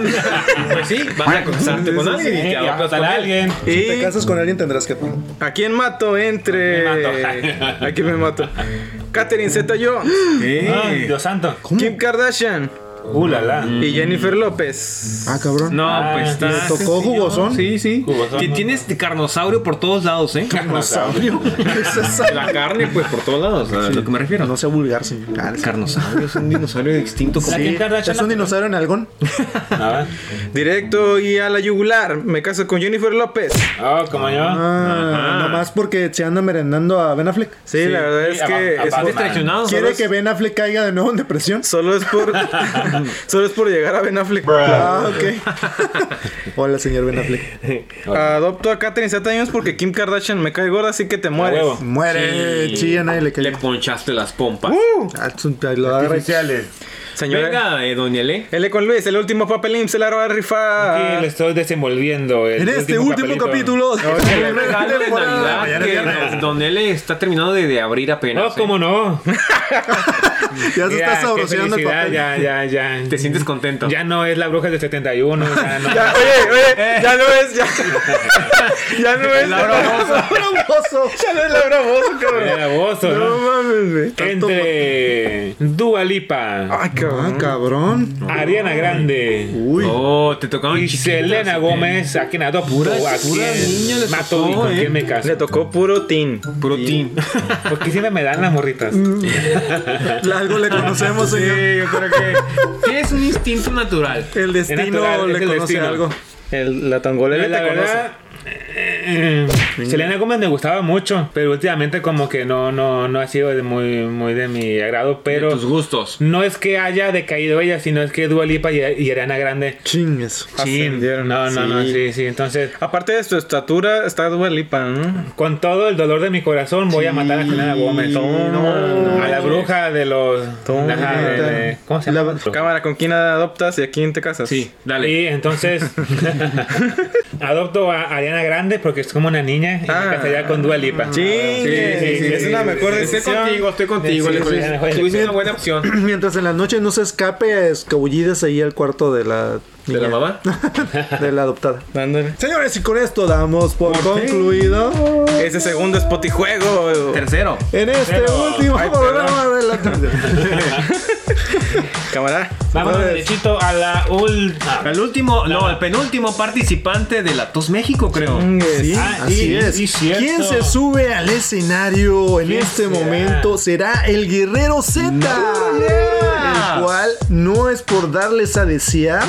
C: Pues sí, vas a casarte con alguien y te
J: Y
C: adoptas
J: adoptas a alguien.
D: Y
E: te casas con alguien tendrás que
D: ¿A quién mato? Entre. ¿A quién me mato? Catherine Zeta Jones,
J: Ay, Dios santo.
D: Kim Kardashian
J: Uh, la, la.
D: y Jennifer López.
E: Ah, cabrón.
C: No, pues está.
E: ¿Le tocó jugogosón?
C: Sí, sí.
J: Jugosón.
C: Que tienes carnosaurio por todos lados, ¿eh?
E: Carnosaurio. Es esa-
C: La carne, pues por todos lados, a lo que me refiero.
E: No sea vulgar, señor. Ah, sí.
C: Carnosaurio es un dinosaurio extinto como
J: Kim Kardashian
E: Es un
J: la-
E: dinosaurio en algón.
J: Ah,
D: Directo y a la yugular. Me caso con Jennifer López.
J: Oh, como yo.
E: Ah, nomás porque se anda merendando a Ben Affleck.
D: Sí, la verdad es
J: Sí,
D: que.
J: a- a
D: es-
J: Batman.
C: traicionado.
E: Quiere que Ben Affleck caiga de nuevo en depresión.
D: solo es por. solo es por llegar a Ben Affleck.
E: Ah, ok. Hola, señor Ben Affleck.
D: Adopto a Catherine Zeta Jones porque Kim Kardashian me cae gorda, así que te mueres.
J: huevo.
E: Muere. Sí, a nadie le cae.
C: Le ponchaste las pompas.
E: Ah, su- lo agarra y-
D: Señora.
C: Venga, eh, doña L.
D: L con Luis, el último papelín se la va a
J: Aquí
D: rifar.
J: le estoy desenvolviendo. el
E: Ah. En este último
J: papelito.
E: capítulo este de la
C: El
E: primera
C: regalo de
E: temporada.
C: Navidad que nos- Don L está terminando de, de abrir apenas.
J: No,
C: ¿eh?
J: cómo no.
E: Ya se
J: Mira,
E: está
J: qué
E: sabroseando el
J: felicidad,
E: papel.
J: Ya, ya, ya.
C: Te sientes contento.
J: Ya no es la bruja del 71. Ya no.
D: Ya, oye,
J: Eh.
D: oye, Eh, ya no es, ya. ya no es.
E: Sabroso.
D: Ya no es Laura Bozo, cabrón.
J: Era vos, ¿no?
D: No mames, güey.
J: Entre Dua Lipa,
D: Ay,
E: Ah,
D: cabrón.
E: cabrón.
J: Ariana Grande
E: Uy.
C: Oh, te tocaron
J: y
C: chiquitas,
J: Selena
C: eh.
J: Gómez, a quien adopto, a
C: niña les
J: quien mato y
C: tocó,
J: con
C: eh.
J: quien me
D: Le
J: caso.
D: tocó puro tin.
C: Puro team.
J: Porque siempre me dan las morritas.
C: Mm.
E: Algo le conocemos, señor.
C: Sí, yo creo que. Tienes un instinto natural.
E: El destino
J: Es natural,
E: le
J: es el
E: conoce
J: destino.
E: algo.
D: El, la tangolera
J: la
D: te
J: verdad,
D: conoce.
J: eh, eh, Selena Gómez me gustaba mucho, pero últimamente como que no, no, no ha sido de muy, muy de mi agrado, pero...
C: Tus gustos.
J: No es que haya decaído ella, sino es que Dua Lipa y, y Ariana Grande
E: Chingues.
D: Ascendieron.
J: No, no, no, sí, sí. Entonces,
D: Aparte de su estatura, está Dua Lipa, ¿no?
J: con todo el dolor de mi corazón, voy a matar a Selena Gómez.
E: no.
J: a la bruja de los.
D: Toma.
J: Ajá, de- de- ¿Cómo se llama?
D: Cámara, ¿con quién adoptas y a quién te casas?
C: Sí, dale.
J: Y entonces adopto a Ariana Grande porque
F: porque es como una niña y
D: Ah.
F: me casaría con Dua Lipa.
C: Ah,
D: Chingue.
F: Sí, sí, sí,
D: es
F: sí,
D: la mejor
C: Estoy
D: decisión.
C: contigo, estoy contigo.
F: Sí,
C: le-
F: sí, sí,
C: le-
F: sí.
C: le hice una buena opción.
E: Mientras en las noches no se escape a escabullidas ahí al cuarto de la...
C: ¿De la
E: niña.
C: mamá?
E: de la adoptada.
D: Dándole.
E: Señores, y con esto damos por concluido
D: Ese segundo Spotijuego.
C: Tercero.
E: en este último
D: Ay,
E: programa de la
D: Cámara.
J: Vámonos derechito a la última.
C: El último, no, el penúltimo participante de la TOS México, creo.
E: Sí,
J: Ah,
E: así
J: sí,
E: es.
J: sí, cierto.
E: ¿Quién se sube al escenario en
J: ¿Quién
E: este
J: será?
E: momento? Será el Guerrero Z.
C: yeah.
E: El cual no es por darles a desear,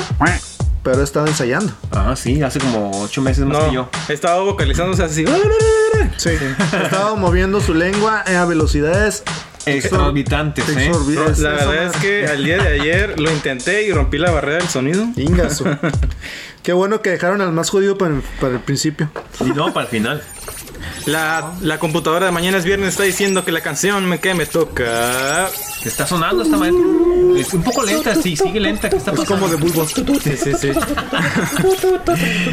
E: pero he estado ensayando.
C: Ah, sí, hace como ocho meses más que yo.
D: No, estaba vocalizándose así.
E: Sí. He estado moviendo su lengua a velocidades
C: Exorbitantes, ¿eh?
E: exorbitantes.
D: La verdad es que al día de ayer lo intenté y rompí la barrera del sonido.
E: Ingazo. Qué bueno que dejaron al más jodido para, para el principio.
C: Y no, para el final.
D: La, la computadora de mañana es viernes está diciendo que la canción me que me toca.
C: Está sonando esta madre. Es un poco lenta, sí, sigue lenta. ¿Qué está
E: Es como
C: pasando?
E: de bulbos.
D: Sí, sí, sí.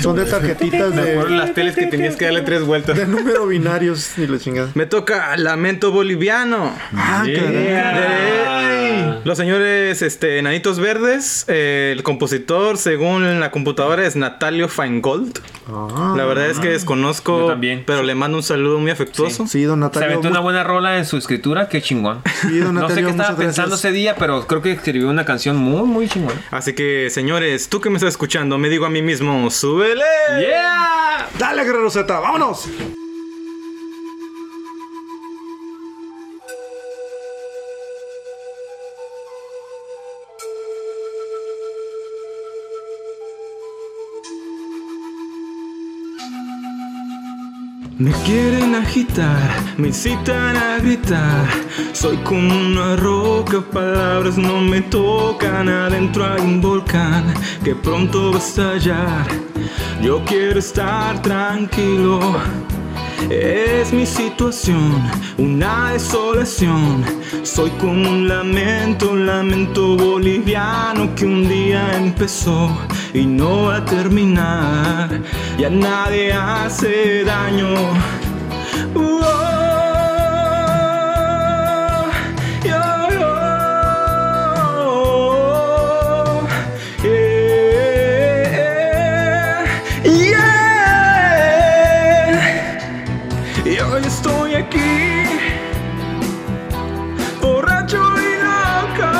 E: Son de tarjetitas
D: Me acuerdo
E: de,
D: las teles que tenías que darle tres vueltas.
E: de número binarios y la chingada.
D: Me toca Lamento Boliviano.
E: Ah, caray.
D: De los señores este, Enanitos Verdes. Eh, el compositor, según la computadora, es Natalio Feingold.
E: Ah.
D: La verdad es que desconozco,
C: Yo también.
D: pero le mando un saludo muy afectuoso.
E: Sí, don
C: Se
E: Natalio.
C: aventó una buena rola en su escritura, qué chingón.
E: Sí, don
C: no sé
E: Natalio,
C: qué estaba
E: muchas gracias.
C: pensando ese día, pero creo que escribió una canción muy, muy chingona.
D: Así que, señores, tú que me estás escuchando, me digo a mí mismo, súbele.
C: ¡Yeah!
E: Dale, Guerrero Z, vámonos.
D: Me quieren agitar, me incitan a gritar. Soy como una roca, palabras no me tocan. Adentro hay un volcán que pronto va a estallar. Yo quiero estar tranquilo. Es mi situación, una desolación. Soy como un lamento, un lamento boliviano que un día empezó y no va a terminar. Ya nadie hace daño. Oh, yo, yo, yeah, yeah. Y hoy estoy aquí, borracho y loco.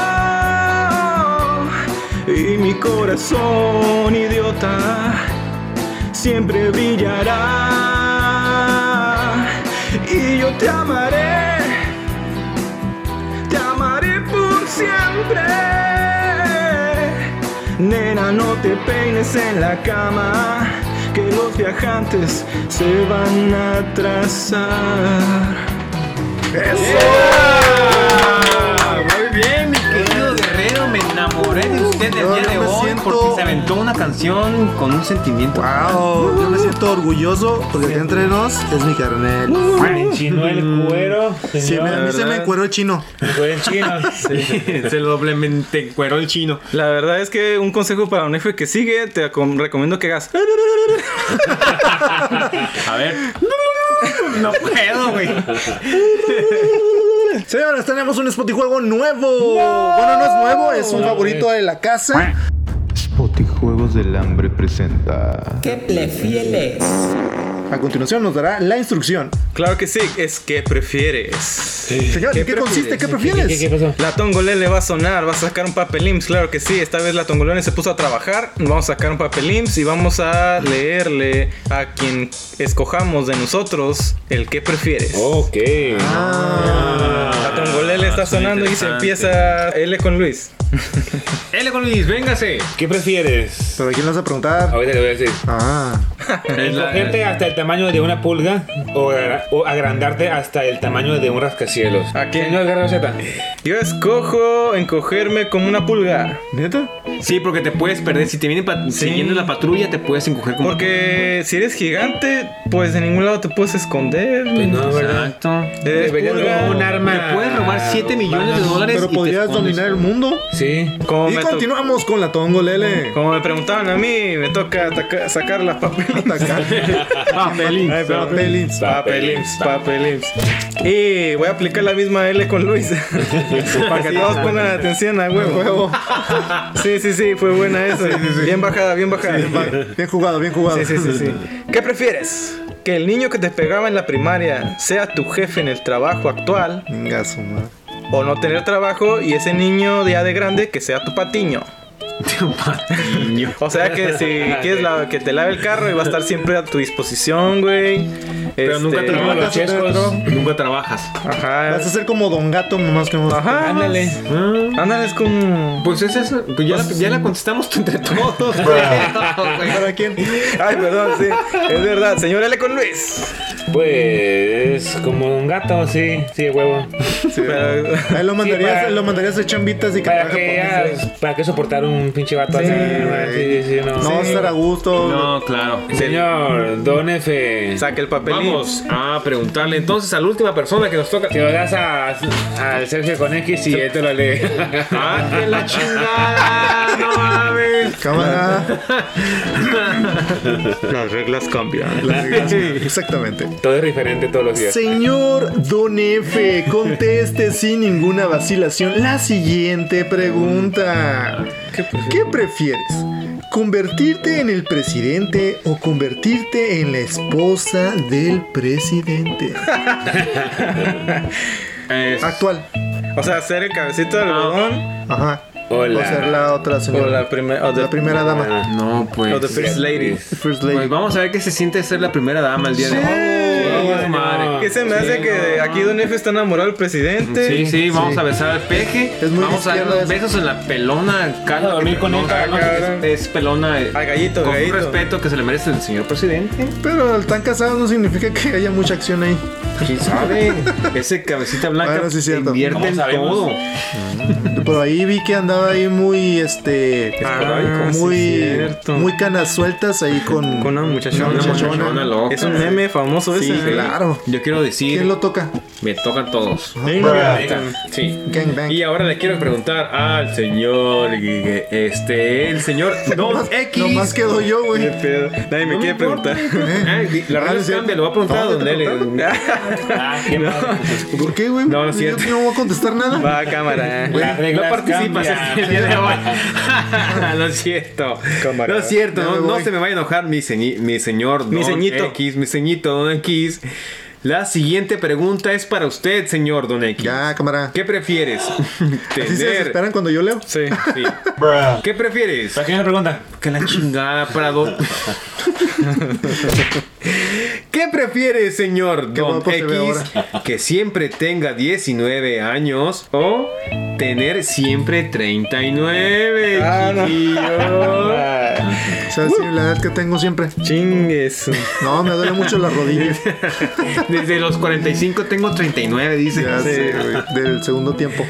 D: Y mi corazón idiota siempre brillará. Y yo te amaré, te amaré por siempre. Nena, no te peines en la cama, que los viajantes se van a atrasar.
C: Muy bien, mi querido Guerrero, me enamoré de usted el
E: Yo
C: día
E: no
C: de
E: me
C: hoy
E: siento-
C: porque se aventó una canción con un sentimiento.
E: Wow, yo me siento orgulloso porque acá entre nos es mi carnal.
J: Me enchinó el cuero.
E: Sí,
J: señor.
E: mira, a mí se me encueró el chino.
J: El cuero en chino.
C: se doblemente cueró el chino.
D: La verdad es que un consejo para un jefe que sigue, te acom- recomiendo que hagas.
C: A ver. No puedo, güey.
E: Señores, tenemos un Spotijuego nuevo. Bueno, no es nuevo, es un favorito de la casa.
H: Spotijuegos del Hambre presenta.
I: ¿Qué prefieres?
E: A continuación nos dará la instrucción.
D: Claro que sí, es que prefieres.
E: Señor, ¿en qué
D: prefieres?
E: consiste? ¿Qué
J: ¿Qué, qué
E: prefieres?
J: pasó?
D: La tongolele va a sonar, va a sacar un papel IMSS, claro que sí. Esta vez la tongolele se puso a trabajar. Vamos a sacar un papel IMSS y vamos a leerle a quien escojamos de nosotros el que prefieres.
F: Ok.
D: la tongolele está
C: suena
D: sonando y se
C: interesante.
D: empieza L con Luis.
C: L con Luis, véngase.
F: ¿Qué prefieres?
E: Pero quién nos va a preguntar.
F: Ahorita le voy a decir.
E: Ah,
F: Encogerte hasta el tamaño de una pulga o, agra- o agrandarte hasta el tamaño de un rascacielos.
D: ¿A quién?
F: Señor Guerrero Z.
D: Yo escojo encogerme como una pulga.
E: ¿neta?
C: Sí, porque te puedes perder. Si te viene pa- siguiendo la patrulla, te puedes encoger como.
D: Porque si eres gigante, pues de ningún lado te puedes esconder.
F: No, ¿verdad?
C: Exacto.
D: Eres
F: Deberías
D: pulga.
F: robar un arma.
C: Te puedes robar 7 millones de dólares.
E: Pero
C: y te
E: podrías
C: escondes.
E: dominar el mundo.
F: Sí.
D: Como
E: Y
D: me to-
E: continuamos con la Tongo Lele.
D: como me preguntaban a mí, me toca ataca- sacar las papelitas.
E: Atacar.
C: Ah,
E: Papelins.
D: Ay, perdón.
E: Papelins.
D: Papelins, papelins. Y voy a aplicar la misma L con Luis. para que todos pongan atención a huevo. Sí, sí, sí, fue buena esa. Bien bajada, bien bajada.
E: Bien jugado, bien jugado.
D: Sí, sí, sí, sí. ¿Qué prefieres? ¿Que el niño que te pegaba en la primaria sea tu jefe en el trabajo actual
E: Venga, su madre.
D: o no tener trabajo y ese niño ya de grande que sea tu patiño? O sea que si quieres la- que te lave el carro y va a estar siempre a tu disposición, güey.
C: Pero nunca
D: Este,
C: trabajas.
E: los chescos.
C: Nunca trabajas.
D: Ajá.
E: Vas a ser como Don Gato, nomás que no vas a-
D: Ah. Ajá, ándale. Ándale, es como.
C: Ah, Pues es eso. Pues ya, la, ya la contestamos entre todos.
E: ¿Para quién?
D: Ay, perdón, sí. Es verdad, señor L con Luis.
F: Pues como un gato, sí, sí, huevo.
D: Pero-
E: Ahí lo mandarías,
F: para-
E: lo mandarías a chambitas y que
F: ¿Para
E: trabaje
F: qué,
E: por ti.
F: ya- ¿Para qué soportar un pinche vato así? Sí, sí, no.
E: No vas a estar a gusto.
C: No, claro.
F: Señor, Don F.
D: Saque el papelín.
C: Vamos a preguntarle entonces a la última persona que nos toca.
F: Te lo das a- al Sergio con X y él te lo lee.
C: ¡Ah, que la chingada! ¡No mames!
E: Cámara.
D: Las reglas cambian.
E: Exactamente.
F: Todo es diferente todos los días.
E: Señor Don F, conteste sin ninguna vacilación la siguiente pregunta. ¿Qué prefieres? ¿Convertirte en el presidente o convertirte en la esposa del presidente?
C: Es-
E: Actual.
D: O sea, ser el cabecito de algodón
E: Ajá.
F: Hola.
E: O ser la otra señora.
D: o la primera. O
E: la
D: de
E: primera dama.
C: no, pues.
D: o the first lady.
C: Pues
E: First lady.
C: vamos a ver qué se siente ser la primera dama el día de hoy.
D: Sí.
C: Oh, madre.
D: Ah. Que se me hace que aquí Don F está enamorado del presidente.
C: Sí, sí, vamos a besar al peje.
E: Es muy
C: vamos a dar
E: izquierda
C: unos
E: eso.
C: besos en la pelona. Carla,
F: a dormir
C: que-
F: con
C: no,
F: él,
C: Carla,
D: cabrón.
C: que es, es pelona. eh,
D: Al gallito,
C: Con un
D: gallito.
C: respeto que se le merece el señor presidente.
E: Pero al tan casado no significa que haya mucha acción ahí.
C: ¿Quién sabe? Ese cabecita blanca
E: Bueno, sí es cierto.
C: invierte en todo.
E: Por ahí vi que andaba ahí muy, este,
D: Ah,
E: muy,
D: sí, cierto.
E: muy canas sueltas ahí con,
D: Con una muchachona.
E: una muchachona.
C: muchachona loca.
D: Es un meme famoso
E: Sí,
D: ese. ¿eh?
E: claro.
C: Yo quiero decir,
E: ¿Quién lo toca?
C: me tocan todos. Sí.
E: Gangbang.
C: Y ahora le quiero preguntar al señor, eh, este, el señor Don X.
E: Nomás quedó yo, güey.
D: Qué pedo. Nadie me
C: No me
D: quiere
C: importa.
D: preguntar.
C: Eh, di- La
E: Ah,
C: verdad
E: no
C: es
E: es
C: que
E: cierto.
C: le voy a preguntar a
E: No,
C: Don
E: te Ah,
C: L.
E: ¿Por qué, güey?
C: No, no es
E: Yo
C: cierto.
E: no voy a contestar nada.
D: Va a cámara.
F: Las
C: eh. No
F: reglas
C: participas
F: cambian.
C: el día de hoy. no es cierto.
D: Cámara.
C: No es cierto.
E: Ya
C: No,
E: me
C: no
E: voy.
C: se me va a enojar mi, ceñi- mi señor Don
D: Mi ceñito.
C: X. Mi ceñito Don X. La siguiente pregunta es para usted, señor Don X.
E: Ya, cámara.
C: ¿Qué prefieres?
E: Así se
C: Tener.
E: desesperan cuando yo leo.
D: Sí.
C: Sí. ¿Qué prefieres?
F: ¿Para qué me pregunta?
C: Que la chingada, Prado. ¿Qué prefieres, señor Don
E: guapo se ve
C: X? ¿Que siempre tenga 19 años o tener siempre 39?
D: Ah, no.
C: chiquillo?
E: Ah. O sea, sí, la edad que tengo siempre.
D: Chingues.
E: No, me duele mucho las rodillas.
C: Desde los 45 tengo 39, dice.
E: Ya sé, güey. Del segundo tiempo.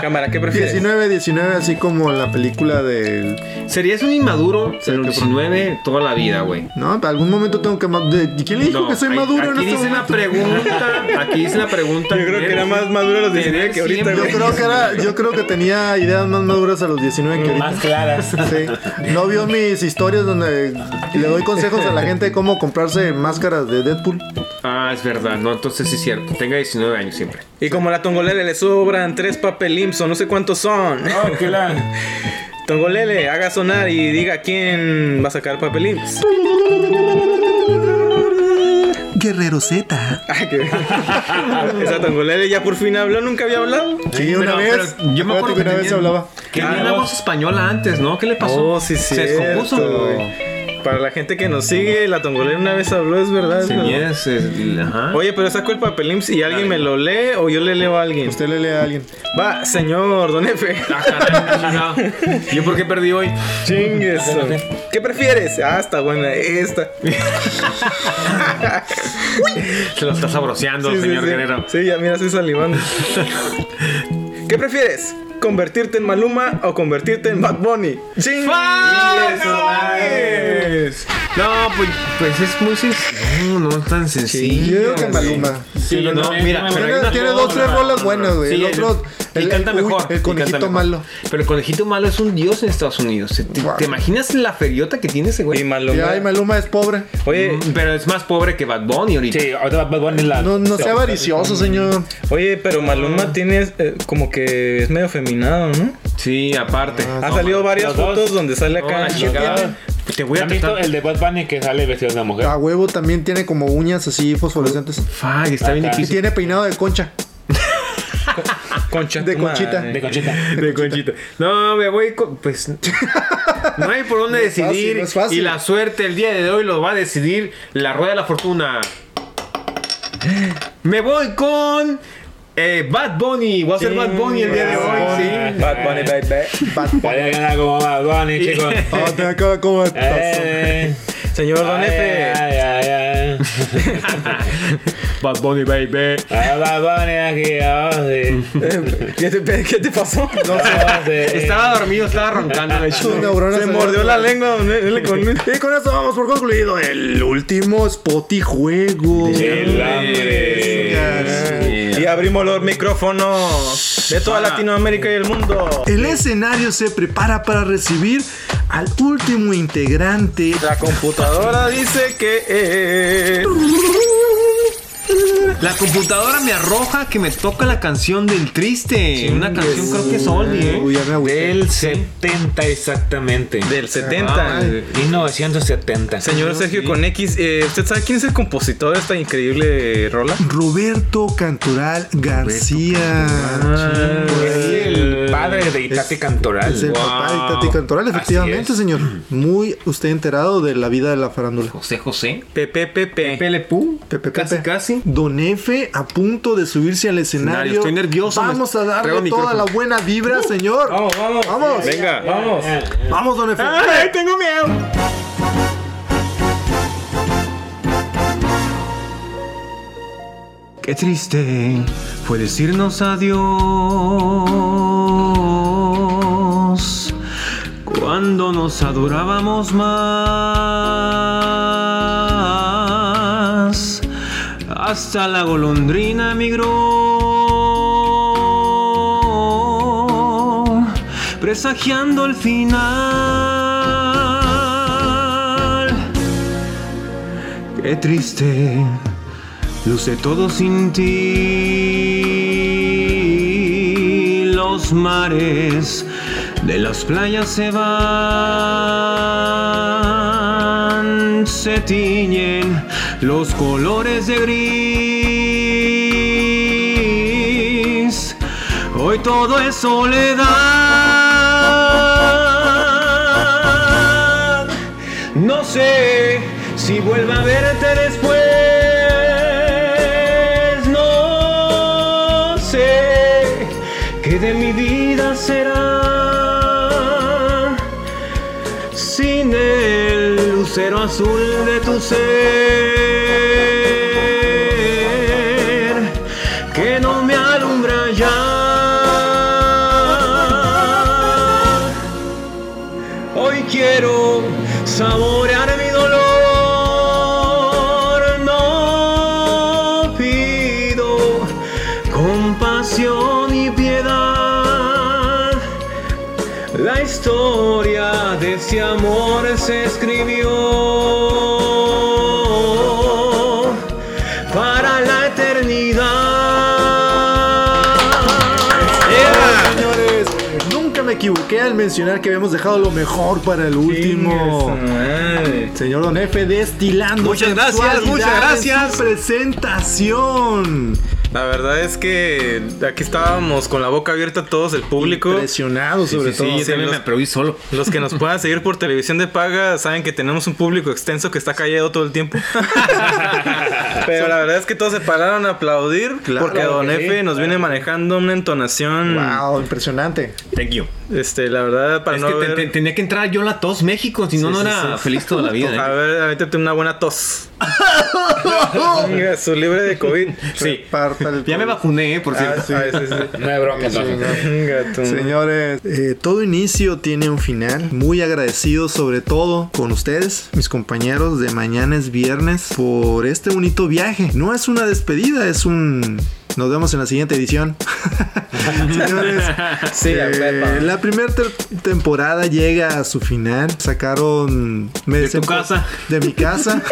D: Cámara, ¿qué prefieres?
E: 19, 19, así como la película del
C: Serías un inmaduro de los
E: qué
C: 19 toda la vida, güey.
E: No, en algún momento tengo que. ma- de- ¿Quién le dijo
C: No,
E: que soy
C: ahí-
E: maduro en
C: aquí
E: este
C: dice la
E: momento?
C: pregunta. Aquí dice la pregunta.
D: Yo creo que era más maduro a los 19 que ahorita,
E: Yo
D: güey.
E: creo, que era, yo creo que tenía ideas más maduras a los 19 que ahorita.
F: Más claras.
E: Sí. No vio mis historias donde le doy consejos a la gente de cómo comprarse máscaras de Deadpool.
C: Ah, es verdad. No, entonces sí es cierto. Tenga 19 años siempre.
D: Y como a la Tongolele le sobran tres papelims o no sé cuántos son.
F: Oh, qué la.
D: Tongolele, haga sonar y diga quién va a sacar papelims.
E: Guerrero Z.
D: Ah, qué Esa Tongolele ya por fin habló, nunca había hablado.
E: Sí, una
C: Pero-
E: vez.
C: pero yo me acuerdo
E: que una
C: que
E: vez
C: tenía-
E: hablaba.
C: Que
D: Ah,
C: había una
D: no.
C: voz española antes, ¿no? ¿Qué le pasó?
D: Oh, sí,
C: Se
D: cierto,
C: descompuso.
D: güey. Para la gente que nos sigue, la Tongolele una vez habló, es verdad. es
C: Se
D: verdad.
C: mies, es- ajá.
D: Oye, pero saco el papelims y alguien me lo lee o yo le leo a alguien.
E: Usted le lee a alguien.
D: Va, señor Don Efe.
C: Ah, caray, chingado. ¿Yo por qué perdí hoy?
D: Chingues. ¿Qué prefieres? Ah, está buena esta.
C: Se lo está sabroseando, señor
D: sí.
C: Guerrero.
D: Sí, ya mira, estoy salivando. ¿Qué prefieres? ¿Convertirte en Maluma o convertirte en Bad Bunny? ¡Ching!
C: ¡Fuck,
D: Eso,
C: no mames! No, pues, pues es muy sencillo. No, no es tan
K: Yo
C: sencillo.
K: digo que Maluma.
C: Sí, no,
K: no,
C: mira, pero hay
K: tiene,
C: una-
K: tiene dos, tres bolas buenas, güey.
C: Sí,
K: el otro.
C: y canta
K: uy,
C: mejor. y
K: El
C: canta
K: conejito
C: mejor.
K: malo.
C: Pero el conejito malo es un dios en Estados Unidos. ¿Te, te-
K: Wow.
C: te imaginas la feriota que tiene ese
D: Y
C: güey?
K: Y
D: Maluma.
K: ay, Maluma es pobre.
D: Oye,
C: Pero es más pobre que Bad Bunny ahorita.
J: Sí, ahorita Bad Bunny es la.
K: No, no sea avaricioso, señor.
D: oye, pero Maluma tiene eh, como que es medio feminado, ¿no?
C: Sí, aparte.
D: Ha salido varias
J: los dos.
D: fotos donde sale
J: No,
D: acá.
J: la chingada.
C: Te voy a
J: ¿Han visto
C: tratar.
J: el de Bad Bunny que sale vestido de una mujer?
E: Ah,
K: A huevo también tiene como uñas así fosforescentes.
C: Fuck, está bien
J: Acá.
K: Y
C: difícil.
K: tiene peinado de concha.
D: Concha
K: De
D: tu madre.
K: Conchita.
J: De conchita.
C: De conchita. No, me voy con- pues no hay por dónde
K: No es fácil,
C: decidir
K: no es fácil.
C: y la suerte el día de hoy lo va a decidir la rueda de la fortuna. Me voy con eh, Bad Bunny, voy a ser Bad Bunny el día de hoy, sí.
D: Bad Bunny, baby.
J: Podría ganar como Bad Bunny, chicos.
E: Oh,
K: Ah, te acaba como de tazo.
J: Eh,
D: Señor Don
J: ay,
D: Efe.
J: ay, ay, ay.
C: Bad Bunny baby.
J: Ah, Bad Bunny aquí, ah, sí.
D: ¿Qué te, ¿Qué te pasó?
J: Ah, sí.
C: Estaba dormido, estaba roncando de
K: Sus
C: hecho.
K: neuronas
D: Se mordió la lengua don Efe, con un-
K: Y con eso vamos por concluido el último Spotty juego.
J: El hambre.
D: Y abrimos los micrófonos de toda Latinoamérica y el mundo.
E: El escenario se prepara para recibir al último integrante.
D: La computadora dice que es.
C: La computadora me arroja que me toca la canción del triste, una canción creo que es oldie, ¿eh?
K: Uy, ya me agüité.
J: Del 70 exactamente.
D: Del 70.
C: Ay.
J: 1970.
D: Señor Sergio con X, eh, ¿usted sabe quién es el compositor de esta increíble rola?
E: Roberto Cantoral García.
J: Es el padre de Itate Cantoral.
K: Es el papá de Tati Cantoral, efectivamente, señor. Muy usted enterado de la vida de la farándula.
C: José José.
D: Pepe Pepe.
C: Pelepú.
K: Pepe,
C: Casi
K: Pepe.
C: casi.
E: Don Efe a punto de subirse al escenario.
C: Estoy nervioso,
E: Vamos
C: me-
E: a
C: traigo
E: darle
C: el
E: toda la
C: micrófono. Uh.
E: buena vibra, señor.
D: Vamos, vamos.
E: Vamos.
D: Venga, vamos.
E: Vamos, Don Efe.
C: Ah. tengo miedo! Qué triste fue decirnos adiós cuando nos adorábamos más. Hasta la golondrina migró, presagiando el final. Qué triste Luce todo sin ti. Los mares de las playas se van, se tiñen los colores de gris. Hoy todo es soledad. No sé si vuelva a verte después. No sé qué de mi vida será sin el lucero azul de tu ser que no me alumbra ya. Hoy quiero saborear mi dolor. No pido compasión y piedad. La historia de este amor se escribió para la eternidad.
K: Señores, nunca me equivoqué al mencionar que habíamos dejado lo mejor para el último. Señor Don Efe, destilando.
C: Muchas gracias,
K: sensualidad
C: muchas
K: en
C: gracias.
K: su presentación.
D: La verdad es que aquí estábamos con la boca abierta todos, el público.
K: Impresionado, sobre
D: sí,
K: todo.
D: sí, los-
C: aprobé solo.
D: Los que nos puedan seguir por televisión de paga saben que tenemos un público extenso que está callado todo el tiempo. Pero la verdad es que todos se pararon a aplaudir porque Don Efe nos viene manejando una entonación
K: Wow, impresionante.
C: Thank you.
D: Este, la verdad, para
C: Es
D: no
C: que te-
D: haber-
C: te- tenía que entrar yo a la tos México, si no,
D: Sí,
C: no
D: sí,
C: era
D: sí.
C: feliz toda la vida. ¿eh?
D: A ver, avéntate una buena tos. Venga, su libre de COVID.
C: Sí.
K: Parta el
C: Ya me vacuné, eh, por
D: Ah,
C: cierto.
K: sí.
F: No hay bronca,
D: Venga, tú.
K: Señores,
E: Eh, todo inicio tiene un final. Muy agradecido sobre todo con ustedes, mis compañeros de mañana es viernes, por este bonito viaje. No es una despedida, es un... Nos vemos en la siguiente edición. Señores,
D: Sí,
E: eh,
D: a ver,
E: la primera temporada llega a su final. Sacaron... me
C: De tu
E: desempol-
C: casa.
E: De mi casa.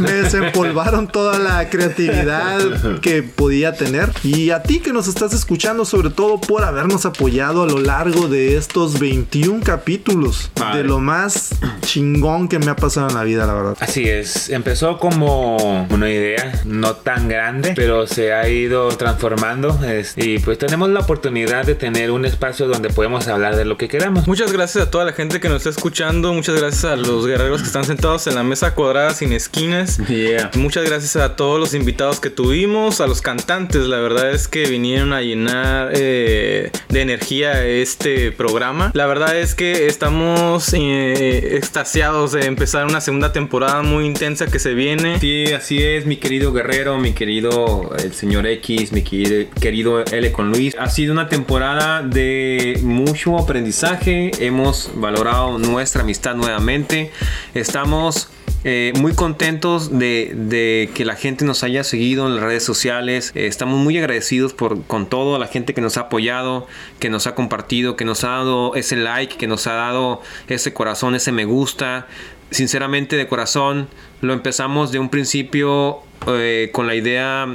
E: me desempolvaron toda la creatividad que podía tener. Y a ti que nos estás escuchando, sobre todo por habernos apoyado a lo largo de estos 21 capítulos.
F: Padre.
E: De lo más chingón que me ha pasado en la vida, la verdad.
F: Así es, empezó como una idea no tan grande, pero se ha ido transformando es- y pues tenemos la oportunidad de tener un espacio donde podemos hablar de lo que queramos.
D: Muchas gracias a toda la gente que nos está escuchando. Muchas gracias a los guerreros que están sentados en la mesa cuadrada sin esquinas.
C: Yeah.
D: Muchas gracias a todos los invitados que tuvimos, a los cantantes. La verdad es que vinieron a llenar eh, de energía este programa. La verdad es que estamos eh, extasiados de empezar una segunda temporada muy intensa que se viene.
C: Sí, así es, mi querido Guerrero, mi querido el señor X, mi queri- querido L con Luis. Ha sido una temporada de mucho aprendizaje. Hemos valorado nuestra amistad nuevamente. Estamos eh, muy contentos de, de que la gente nos haya seguido en las redes sociales. Eh, estamos muy agradecidos por, con toda la gente que nos ha apoyado, que nos ha compartido, que nos ha dado ese like, que nos ha dado ese corazón, ese me gusta sinceramente de corazón lo empezamos de un principio eh, con la idea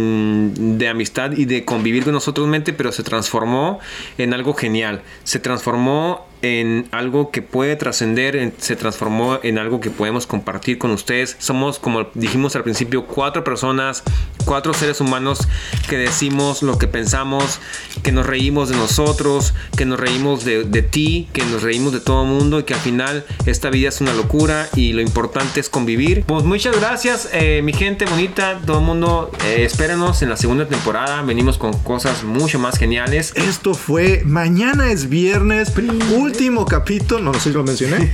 C: mm, de amistad y de convivir con nosotros mente pero se transformó en algo genial se transformó en algo que puede trascender en- se transformó en algo que podemos compartir con ustedes somos como dijimos al principio cuatro personas cuatro seres humanos que decimos lo que pensamos que nos reímos de nosotros que nos reímos de, de ti que nos reímos de todo el mundo y que al final esta vida es una locura y lo importante es convivir. Pues muchas gracias, eh, mi gente bonita, todo el mundo, eh, espérenos en la segunda temporada, venimos con cosas mucho más geniales.
E: Esto fue Mañana es Viernes, último capítulo. No, no sé si lo mencioné.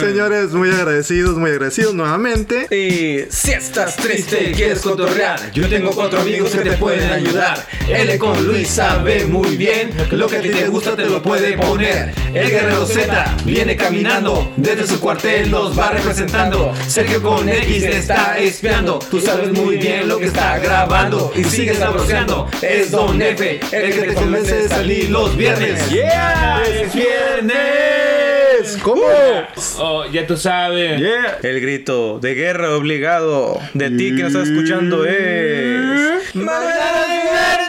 E: Señores, muy agradecidos, muy agradecidos nuevamente.
D: Y si estás triste y quieres cotorrear, yo tengo cuatro amigos que te pueden ayudar.
C: L con Luis sabe muy bien, lo que a ti te gusta te lo puede poner. El Guerrero Z viene caminando, desde su cuartel los va representando. Sergio con X te está espiando, tú sabes muy bien lo que está grabando y sigues sabroseando. Es Don F, el que te convence de salir los viernes. ¡Yeah! ¡Es viernes!
E: ¿Cómo?
F: Oh, ya tú sabes.
D: El grito de guerra obligado de ti que nos estás escuchando es. ¡Mañana es viernes!